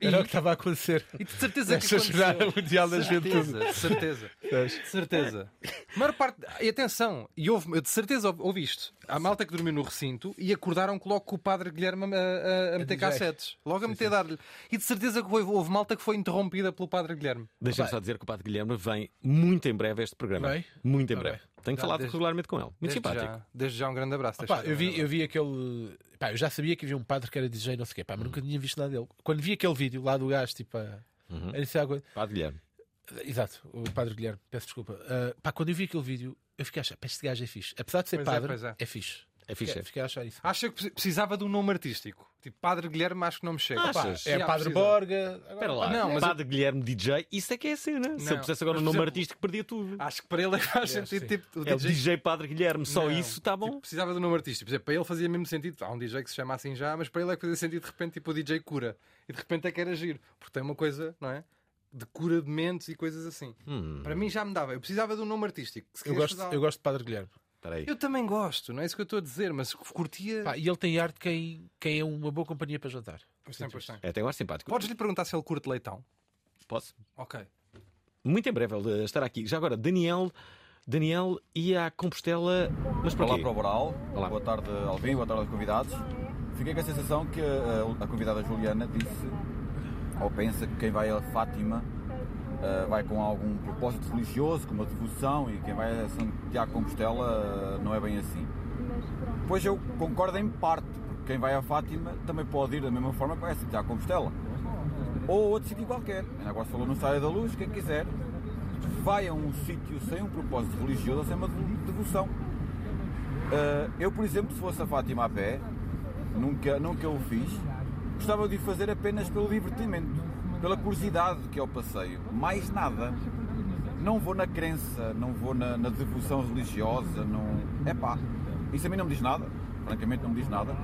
H: era o que estava a acontecer.
G: E de certeza que
H: Nesta jornada
G: aconteceu.
H: mundial da
G: Certeza,
H: juventude.
G: Certeza. De certeza. A maior parte. E atenção, e houve, eu de certeza houve, houve isto. Há malta que dormiu no recinto e acordaram que logo com o padre Guilherme a- a, a
H: dizer.
G: meter cassetes. Logo a meter a dar-lhe. E de certeza que houve, houve malta que foi interrompida pelo padre Guilherme.
E: Deixa-me só dizer que o Padre Guilherme vem muito em breve a este programa.
G: Vem?
E: Muito em
G: Tá
E: breve.
G: bem.
E: Tenho
G: Tá,
E: falado
G: desde-
E: regularmente com ele. Muito
G: desde
E: simpático.
G: já- desde já um grande abraço.
H: Pá, eu
G: deixa-me dar um
H: vi, eu vi aquele. Pá, eu já sabia que havia um padre que era DJ, não sei o quê. Pá,
E: Hum.
H: mas nunca tinha visto nada dele. Quando vi aquele vídeo lá do gajo, tipo. a-
E: Uhum.
H: a iniciar a coisa-
E: Padre Guilherme.
H: Exato, o padre Guilherme, peço desculpa. Ah, pá, quando eu vi aquele vídeo, eu fiquei a achar, pá, este gajo é fixe. Apesar de ser
G: Pois é,
H: padre,
G: pois é.
H: fixe.
E: É fixe,
H: Fiquei,
E: é.
H: fiquei a achar isso.
G: Acha que pre- precisava de um nome artístico. Tipo, Padre Guilherme, acho que não me chega.
E: Achas?
G: Pá,
E: É
G: já
H: Padre
G: precisa.
H: Borga.
E: Espera lá,
G: Não, mas eu-
E: Padre Guilherme DJ, isso é que é a cena. Se eu
G: Não,
E: pusesse agora um
G: mas, por
E: nome
G: exemplo,
E: artístico, perdia tudo.
G: Acho que para ele é que faz sentido. Tipo,
E: É o DJ Padre Guilherme, só isso está bom.
G: precisava de um nome artístico. Por exemplo, para ele fazia mesmo sentido. Há um DJ que se chama assim já, mas para ele é que fazia sentido de repente, tipo, o DJ cura. E de repente é que era giro. Porque tem uma coisa, não é? De cura de mentes e coisas assim.
E: Hum.
G: Para mim já me dava. Eu precisava de um nome artístico. Se
H: Eu
G: queres
H: gosto,
G: fazer
H: eu
G: algo-
H: gosto de Padre Guilherme.
E: Peraí.
G: Eu também gosto, não é isso que eu estou a dizer, mas curtia.
H: Pá, e ele tem ar de quem, quem é uma boa companhia para jantar.
G: Pois tem, pois tem.
E: É, tem um ar simpático.
G: Podes lhe perguntar se ele curte leitão?
E: Posso?
G: Ok.
E: Muito em breve ele eh, estará aqui. Já agora, Daniel. Daniel ia à Compostela, mas para
K: Olá para o Boral, boa tarde Alvin, boa tarde aos convidados. Fiquei com a sensação que eh, a convidada Juliana disse, ou pensa que quem vai a Fátima eh, vai com algum propósito religioso, com uma devoção, e quem vai a Santiago de Compostela eh, não é bem assim. Pois eu concordo em parte, porque quem vai a Fátima também pode ir da mesma forma que vai a Santiago de Compostela. Ou outro sítio qualquer. Ainda agora se falou no Estádio da Luz, quem quiser. Vai a um sítio sem um propósito religioso, sem uma devoção. Ah, eu, por exemplo, se fosse a Fátima a pé, nunca, nunca o fiz, gostava de o fazer apenas pelo divertimento, pela curiosidade que é o passeio. Mais nada. Não vou na crença, não vou na, na devoção religiosa, não. É pá, isso a mim não me diz nada. Francamente, não me diz nada.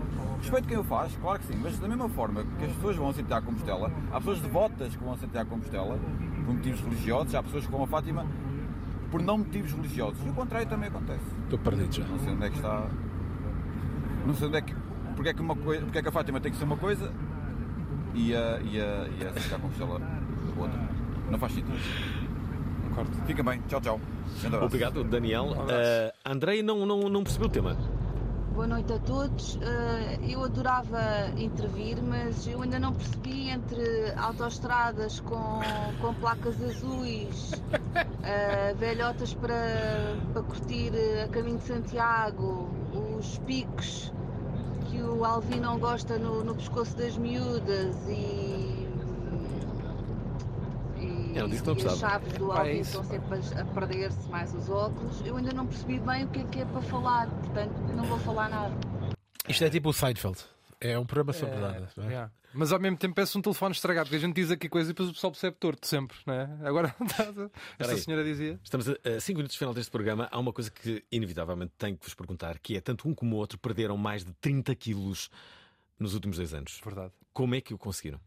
K: Respeito quem o faz, claro que sim, mas da mesma forma que as pessoas vão a Santiago de Compostela, há pessoas devotas que vão a Santiago de Compostela por motivos religiosos, há pessoas que vão a Fátima por não motivos religiosos. E o contrário também acontece.
H: Estou perdido já.
K: Não sei onde é que está. Não sei onde é que. Porque é que, uma coi- porque é que a Fátima tem que ser uma coisa e a, e a, e a Santiago de Compostela outra. Não faz sentido. Fica bem. Tchau, tchau. Grande abraço.
E: Obrigado, Daniel.
K: Um abraço.
E: Uh, Andrei não, não, não percebeu o tema.
L: Boa noite a todos. Eh, Eu adorava intervir, mas eu ainda não percebi entre autoestradas com, com placas azuis ah, velhotas para, para curtir a caminho de Santiago, os picos que o Alvin não gosta no, no pescoço das miúdas e. e-
I: Ela disse que não
L: e as
I: precisava.
L: chaves do
I: Pá, é
L: Alvin
I: isso,
L: estão
I: pá.
L: sempre a- a perder-se mais os óculos. Eu ainda não percebi bem o que é que é para falar, portanto não vou falar nada.
H: Isto é tipo o Seinfeld. É um programa sobre
G: É,
H: nada. não é?
G: yeah. Mas ao mesmo tempo parece um telefone estragado, porque a gente diz aqui coisa e depois o pessoal percebe torto sempre, não é? Agora esta
E: Peraí.
G: senhora dizia.
E: Estamos a 5 minutos do final deste programa. Há uma coisa que, inevitavelmente, tenho que vos perguntar: que é tanto um como o outro perderam mais de 30 quilos nos últimos dois anos.
G: Verdade.
E: Como é que o conseguiram?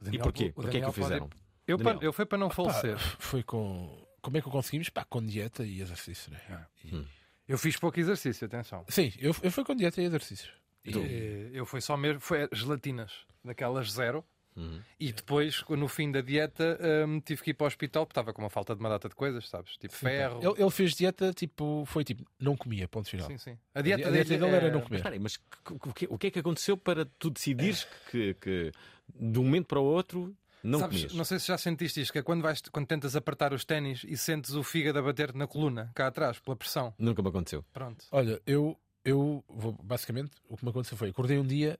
H: Daniel-
E: e porquê? O, que
H: o
E: é que
H: Daniel
E: o fizeram?
H: pode- Eu
E: Daniel.
H: pa- eu fui para não
E: Opa,
H: falecer. Ah, Foi com. Como é que o conseguimos? Pá, com dieta e exercício, né? E-
G: Ah.
E: Hum.
G: Eu fiz pouco exercício, atenção.
H: Sim, eu, eu fui com dieta e exercício.
G: E, eh, eu fui só mesmo, foi gelatinas, daquelas zero.
H: Uhum.
G: E depois, no fim da dieta, hum, tive que ir para o hospital porque estava com uma falta de uma data de coisas, sabes? Tipo
H: Sim, tá. pá.
G: ferro.
H: Ele, ele fez dieta, tipo, foi tipo, não comia, ponto final.
G: Sim, sim. A dieta dele
H: dele era
G: é-
H: não
E: Mas
H: comer.
E: espera aí, mas c- c- o que, o que é que aconteceu para tu decidires que, que de um momento para o outro não
G: Sabes,
E: comias?
G: não sei se já sentiste isto, que é quando, vais, quando tentas apertar os ténis e sentes o fígado a bater-te na coluna, cá atrás, pela pressão.
E: Nunca me aconteceu.
G: Pronto.
H: Olha, eu, eu vou, basicamente, o que me aconteceu foi: acordei um dia,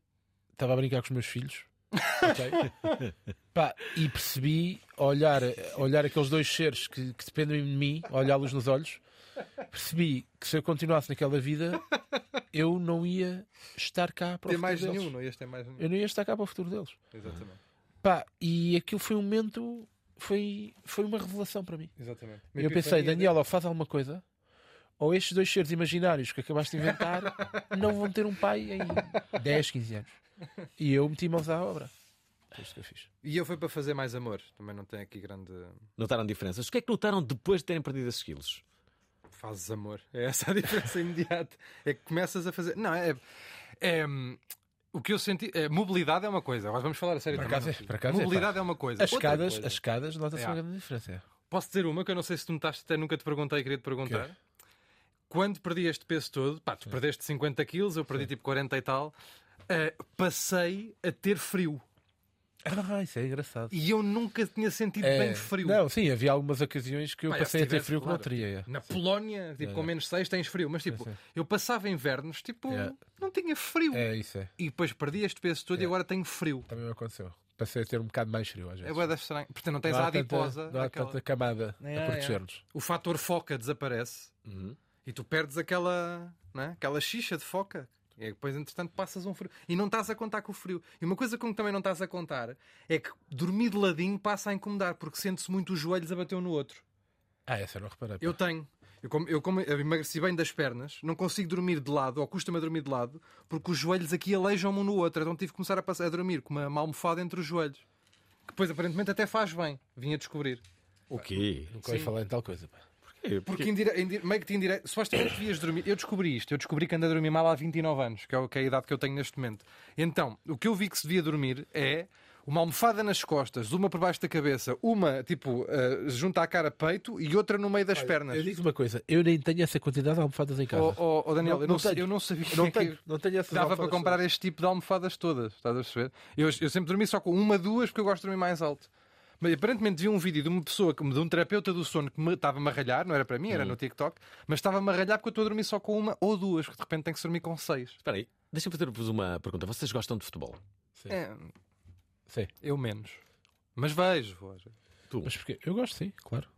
H: estava a brincar com os meus filhos, ok? Pá, e percebi, ao olhar, ao olhar aqueles dois seres que, que dependem de mim, ao olhá-los nos olhos, percebi que se eu continuasse naquela vida, eu não ia estar cá para o
G: Ter
H: futuro
G: mais
H: deles.
G: nenhum, não ias ter mais nenhum.
H: Eu não ia estar cá para o futuro deles.
G: Exatamente.
H: Pá, e aquilo foi um momento, foi, foi uma revelação para mim.
G: Exatamente.
H: E eu pensei, Daniel, ou faz alguma coisa, ou estes dois seres imaginários que acabaste de inventar não vão ter um pai em 10, 15 anos. E eu meti mãos à obra. Foi isto que eu fiz.
G: E eu fui para fazer mais amor, também não tem aqui grande.
E: Notaram diferenças? O que é que notaram depois de terem perdido esses quilos?
G: Fazes amor. É essa a diferença imediata. É que começas a fazer. Não, é. é, hum, o que eu senti. é, mobilidade é uma coisa. Agora vamos falar a sério
H: Por
G: também,
H: acaso é-
G: não?
H: por acaso é,
G: Mobilidade é,
H: pá.
G: uma coisa.
H: As
G: Outra
H: escadas-
G: coisa.
H: as escadas nota-se
G: É.
H: uma grande diferença.
G: Posso dizer uma que eu não sei se tu notaste, até nunca te perguntei e queria te perguntar. Quando perdi este peso todo, pá, tu perdeste 50 quilos, eu perdi tipo 40 e tal, eh, passei a ter frio.
H: Ah, isso é engraçado.
G: E eu nunca tinha sentido
H: É,
G: bem frio.
H: Não, sim, havia algumas ocasiões que eu
G: Pá, se
H: passei a ter
G: tivesse,
H: frio que
G: claro.
H: não teria. é.
G: Na Polónia, tipo,
H: É.
G: com menos 6 tens frio. Mas tipo,
H: sim.
G: eu passava invernos, tipo,
H: É.
G: não tinha frio.
H: É, isso é.
G: E depois perdi este peso todo e agora tenho frio.
H: Também me aconteceu. Passei a ter um bocado mais frio às vezes.
G: É bué da estranho. Portanto, não tens
H: Não
G: a
H: há tanta-
G: adiposa.
H: não há
G: aquela- É,
H: tanta camada a proteger-nos. Uhum.
G: O fator foca desaparece e tu perdes aquela, não é? aquela xixa de foca. E depois, entretanto, passas um frio. E não estás a contar com o frio. E uma coisa com que também não estás a contar é que dormir de ladinho passa a incomodar, porque sente-se muito os joelhos a bater um no outro.
H: Ah, essa eu não reparei. pá.
G: Eu tenho. Eu, como, eu, como eu emagreci bem das pernas, não consigo dormir de lado, ou custa-me a dormir de lado, porque os joelhos aqui aleijam-me um no outro. Então tive que começar a, passar, a dormir com uma, uma almofada entre os joelhos. Que depois, aparentemente, até faz bem. Vim a descobrir.
E: O quê?
H: Nunca ouvi
G: Sim.
H: falar em tal coisa. pá.
E: Porquê?
G: Porque indire- indire- meio que te indireto. Supostamente devias dormir. Eu descobri isto. Eu descobri que ando a dormir mal há 29 anos, que é o- que é a idade que eu tenho neste momento. Então, o que eu vi que se devia dormir é uma almofada nas costas, uma por baixo da cabeça, uma tipo eh, junto à cara peito e outra no meio das pernas.
H: Eu digo uma coisa, eu nem tenho essa quantidade de almofadas em casa.
G: Oh, oh, oh, Daniel, eu, não, sei-
H: tenho.
G: eu não sabia
H: Não
G: que
H: tenho, não tenho essas
G: dava para
H: almofadas
G: comprar
H: todas.
G: este tipo de almofadas todas, estás a perceber? Eu, eu sempre dormi só com uma, duas, porque eu gosto de dormir mais alto. Mas aparentemente vi um vídeo de uma pessoa, que- de um terapeuta do sono que me estava-me a ralhar, não era para mim, era
E: Hum.
G: no TikTok, mas estava-me a ralhar porque eu estou a dormir só com uma ou duas, que de repente tenho que dormir com seis.
E: Espera aí, deixa-me fazer-vos uma pergunta. Vocês gostam de futebol?
G: É,
H: Sim.
G: eu menos. Mas vejo.
E: Tu?
H: Mas porquê? Eu gosto, sim, claro.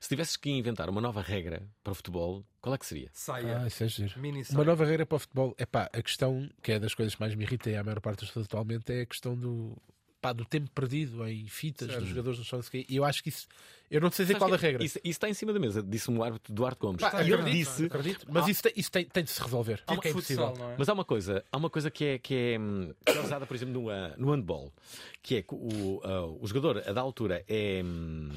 E: Se tivesses que inventar uma nova regra para o futebol, qual é que seria?
G: Saia.
H: Ah, isso é giro.
G: Mini
H: Uma nova regra para o futebol. É pá, a questão que é das coisas que mais me irrita e a maior parte das pessoas atualmente é a questão do. Pá, do tempo perdido em fitas
E: Certo.
H: dos jogadores no chão, não sei o quê. E eu acho que isso. Eu não sei dizer
E: Sabes
H: qual
E: que
H: a regra.
E: Isso, isso está em cima da mesa, disse-me o árbitro Duarte Gomes.
H: Pá,
E: e ele
H: acredito,
E: disse. Ah.
H: acredito, mas isso, tem, isso tem, tem de se resolver.
E: Há uma-
H: Porque é impossível.
E: Mas há uma coisa, há uma coisa que é, que é, hum, que é usada, por exemplo, no, ah, no handball, que é que o, ah, o jogador a da altura é, hum,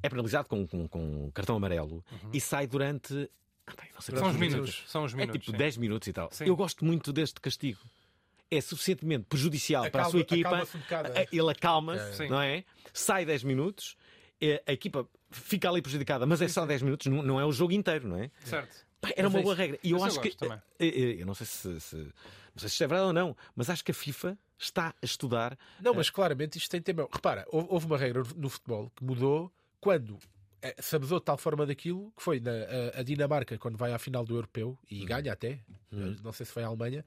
E: é penalizado com, com, com cartão amarelo e sai durante. ah, bem, não sei
G: São
E: quantos
G: os minutos, são os
E: É
G: minutos,
E: tipo
G: sim.
E: 10 minutos e tal. Eu gosto muito deste castigo. É suficientemente prejudicial para a
H: Acalma-
E: sua equipa.
H: acalma-se um bocado,
E: A-
H: é.
E: Ele acalma,
H: É.
E: não é? Sai 10 minutos, eh, a equipa fica ali prejudicada, mas é só 10 minutos, não não é o jogo inteiro, não é?
G: Certo.
E: Pá, era uma boa regra. E é eu
G: Mas
E: acho que.
G: gosto também.
E: eh, eh, Eu não sei se, se- não sei se isto é verdade ou não, mas acho que a FIFA está a estudar. eh,
H: Não, mas claramente isto tem tempo. Repara, houve, houve uma regra no futebol que mudou quando eh, se abusou de tal forma daquilo que foi na, a, a Dinamarca, quando vai à final do europeu e ganha até, eh,
E: Hum.
H: não sei se foi a Alemanha,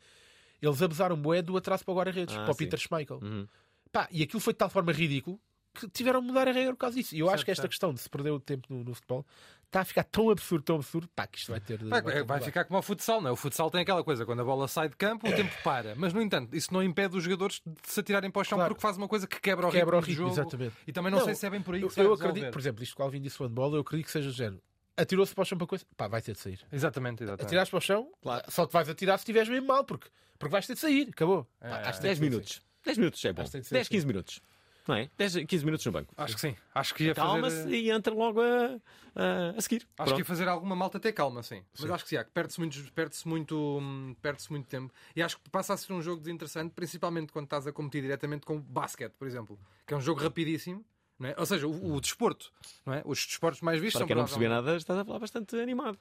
H: eles abusaram bué do atraso para o guarda-redes,
E: Ah,
H: para o
E: sim.
H: Peter Schmeichel.
E: Uhum.
H: Pá, e aquilo foi de tal forma ridículo que tiveram de mudar a regra por causa disso. E eu acho
G: Certo,
H: que esta
G: certo.
H: questão de se perder o tempo no, no futebol está a ficar tão absurdo, tão absurdo, pá, que isto vai ter.
G: Vai,
H: ter
G: é, vai
H: de mudar.
G: ficar como o futsal, não é? O futsal tem aquela coisa, quando a bola sai de campo, o tempo para. Mas, no entanto, isso não impede os jogadores de se atirarem para o chão porque faz uma coisa que quebra o
H: Quebra
G: ritmo,
H: o ritmo,
G: do jogo.
H: exatamente.
G: E também não, sei se é bem por aí que
H: eu,
G: se vai
H: eu acredito,
G: resolver.
H: por exemplo, isto que o Alvin disse, o handball, eu acredito que seja do género. Atirou-se para o chão para coisa, pá, vai ter de sair.
G: Exatamente, exatamente.
H: Atiraste para o chão, só te vais atirar se estiveres mesmo mal, porque, porque vais ter de sair, acabou. Pá, acho que tem
E: 10
H: de ser
E: minutos.
H: assim.
E: 10 minutos é bom.
H: Acho que tem de ser
E: 10,
H: assim.
E: 15 minutos. Não é? 10, 15 minutos no banco.
G: Acho que sim. Acho que ia
E: Calma-se
G: fazer... eh,
E: e entra logo a, a, a seguir.
G: Acho que ia fazer alguma malta ter calma, sim. Mas acho que sim, há que perde-se muito, perde-se muito, hum, perde-se muito tempo. E acho que passa a ser um jogo desinteressante, principalmente quando estás a competir diretamente com o basquete, por exemplo, que é um jogo rapidíssimo. não é? Ou seja, o, o desporto, não é? os desportos mais
E: Para
G: vistos são
E: quem não perceber
G: provavelmente-
E: nada, estás a falar bastante animado.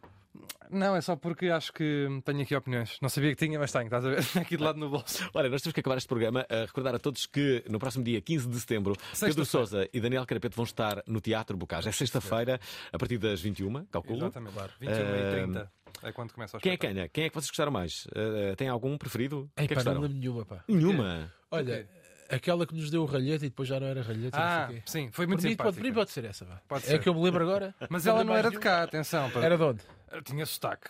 G: Não, é só porque acho que hum, tenho aqui opiniões. Não sabia que tinha, mas tenho, estás a ver? Tenho Aqui de
E: Ah,
G: lado no bolso.
E: Olha, nós temos que acabar este programa a recordar a todos que no próximo dia 15 de setembro, Pedro Sousa e Daniel Carapeto vão estar no Teatro Bocage. É sexta-feira, a partir das 21, calculo.
G: Exatamente, claro. 21 e
E: então. Ah,
G: 30 é quando começa o
E: Quem é
G: espetáculo.
E: que ganha? Quem é que vocês gostaram mais? Ah, tem algum preferido?
H: Ei,
E: Quem é que
H: pá, não
E: gostaram?
H: lembro nenhuma, pá.
E: Nenhuma.
H: Olha, aquela que nos deu o ralhete e depois já não era ralhete.
G: Ah,
H: não sei o quê.
G: sim, foi muito
H: Por mim, pode-
G: simpática.
H: Por mim pode ser essa, vá.
G: Pode
H: é
G: ser.
H: que eu me lembro agora.
G: Mas
H: Não
G: ela
H: lembro
G: não era
H: mais nenhuma.
G: de cá, atenção. Pedro.
H: Era de onde?
G: Tinha sotaque.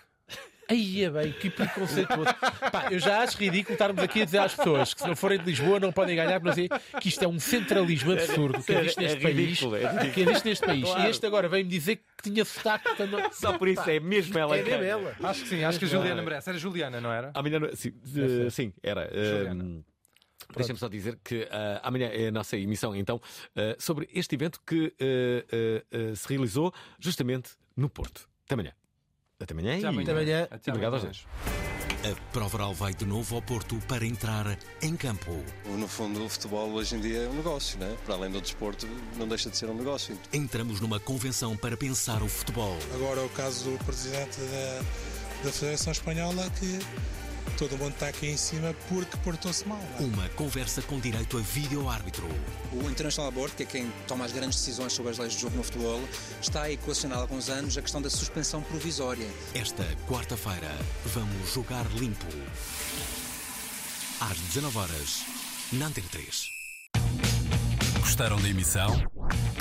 H: Aí é bem, que preconceituoso. Pá, eu já acho ridículo estarmos aqui a dizer às pessoas que se não forem de Lisboa não podem ganhar, mas é que isto é um centralismo absurdo que
E: É-
H: existe
E: é
H: neste
E: ridículo,
H: país.
E: é ridículo.
H: Que existe neste país.
E: Claro.
H: E este agora veio-me dizer que tinha sotaque. portanto-
E: Só por isso é mesmo ela
H: É
E: que
H: mesmo
E: ganha.
H: ela.
G: Acho que sim, acho que a Juliana merece. Era Juliana, não
B: É.
G: era?
E: Amanhã, no- sim,
H: é.
E: eh, sim, era.
G: Juliana.
E: Hum, Deixa-me só dizer que ah, amanhã é a nossa emissão, então, ah, sobre este evento que ah, ah, ah, se realizou justamente no Porto. Até amanhã. Até amanhã.
B: Até
E: e-
B: amanhã. Até amanhã.
E: E obrigado aos dois.
B: A Provaral vai de novo ao Porto para entrar em campo.
M: No fundo, o futebol hoje em dia é um negócio, né? para além do desporto, não deixa de ser um negócio.
B: Entramos numa convenção para pensar o futebol.
N: Agora é o caso do presidente da, da Federação Espanhola que todo mundo está aqui em cima porque portou-se mal. é?
B: Uma conversa com direito a vídeo-árbitro.
O: O International Board, que é quem toma as grandes decisões sobre as leis do jogo no futebol, está equacionado há alguns anos a questão da suspensão provisória.
B: Esta quarta-feira, vamos jogar limpo. Às 19 horas, na Antena 3.
X: Gostaram da emissão?